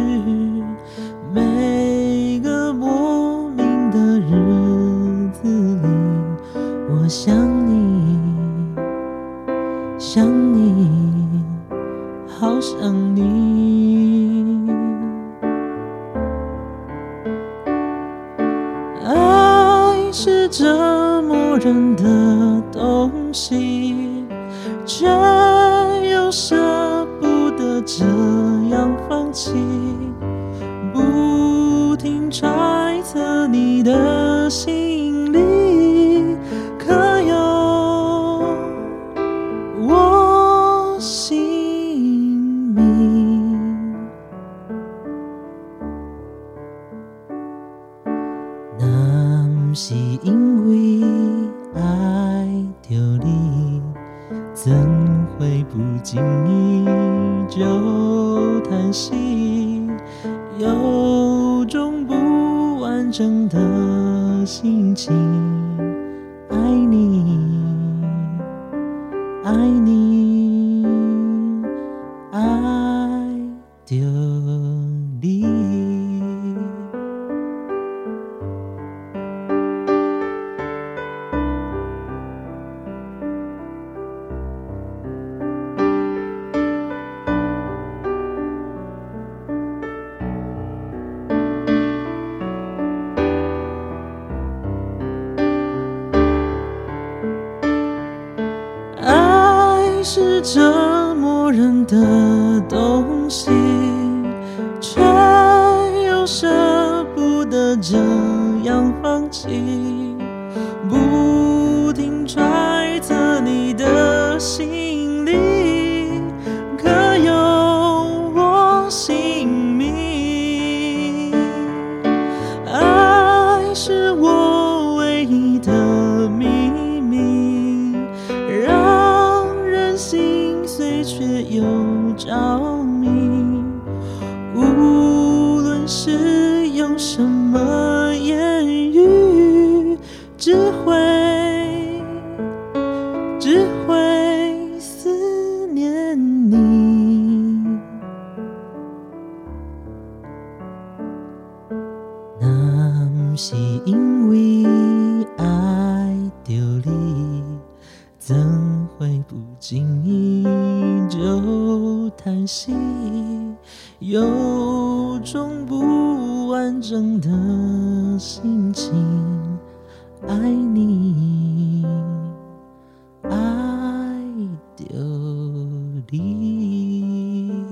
[SPEAKER 4] 每个莫名的日子里，我想你，想你，好想你。爱是折磨人的东西，却又舍不得这样放弃，不停揣测你的心里，可有我姓名？若不是因为爱着你，怎会不经意就叹息？有种不完整的心情，爱你，爱你，爱着你。爱是折磨人的东西，却又舍不得这样放弃，不停揣测你的心里，可有我姓名？爱是碎却又着迷。无论是用什么言语，只会只会思念你。那不是因为爱着你，怎会不经意就叹息？有种不完整的心情，爱你，爱着你。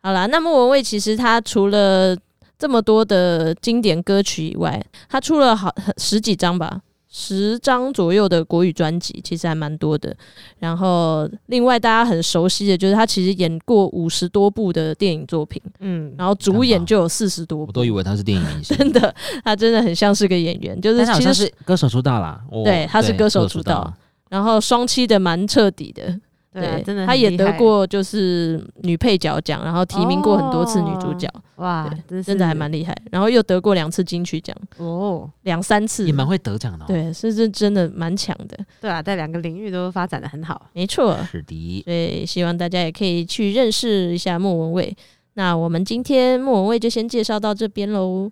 [SPEAKER 1] 好啦，那莫文蔚其实他除了这么多的经典歌曲以外，他出了好十几张吧，十张左右的国语专辑，其实还蛮多的。然后另外大家很熟悉的就是他其实演过五十多部的电影作品，
[SPEAKER 3] 嗯，
[SPEAKER 1] 然后主演就有四十多
[SPEAKER 2] 我
[SPEAKER 1] 部，
[SPEAKER 2] 都以为他是电影明星，
[SPEAKER 1] <laughs> 真的，他真的很像是个演员，就是
[SPEAKER 2] 但是好
[SPEAKER 1] 其
[SPEAKER 2] 像
[SPEAKER 1] 实
[SPEAKER 2] 是歌手出道啦。我
[SPEAKER 1] 对他是歌手出道
[SPEAKER 2] 啊
[SPEAKER 1] 然后双栖的蛮彻底的，
[SPEAKER 3] 对啊，真的很
[SPEAKER 1] 他也得
[SPEAKER 3] 厉害
[SPEAKER 1] 过就是女配角奖，然后提名过很多次女主角，
[SPEAKER 3] 哇
[SPEAKER 1] 对，
[SPEAKER 3] 真是
[SPEAKER 1] 真的还蛮厉害。然后又得过两次金曲奖，
[SPEAKER 3] 哦，
[SPEAKER 1] 两三次
[SPEAKER 2] 也，蛮会得奖的、哦。，
[SPEAKER 1] 对，是是真的蛮强的，
[SPEAKER 3] 对啊，在两个领域都发展的很好。
[SPEAKER 1] 没错。
[SPEAKER 2] 是的。
[SPEAKER 1] 所以希望大家也可以去认识一下莫文蔚。那我们今天莫文蔚就先介绍到这边喽。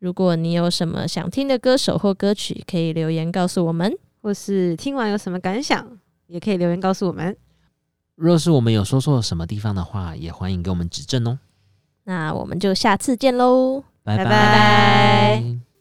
[SPEAKER 1] 如果你有什么想听的歌手或歌曲，可以留言告诉我们。
[SPEAKER 3] 或是听完有什么感想，也可以留言告诉我们。
[SPEAKER 2] 若是我们有说错什么地方的话，也欢迎给我们指正哦。
[SPEAKER 1] 那我们就下次见喽。
[SPEAKER 2] 拜
[SPEAKER 3] 拜拜
[SPEAKER 2] 拜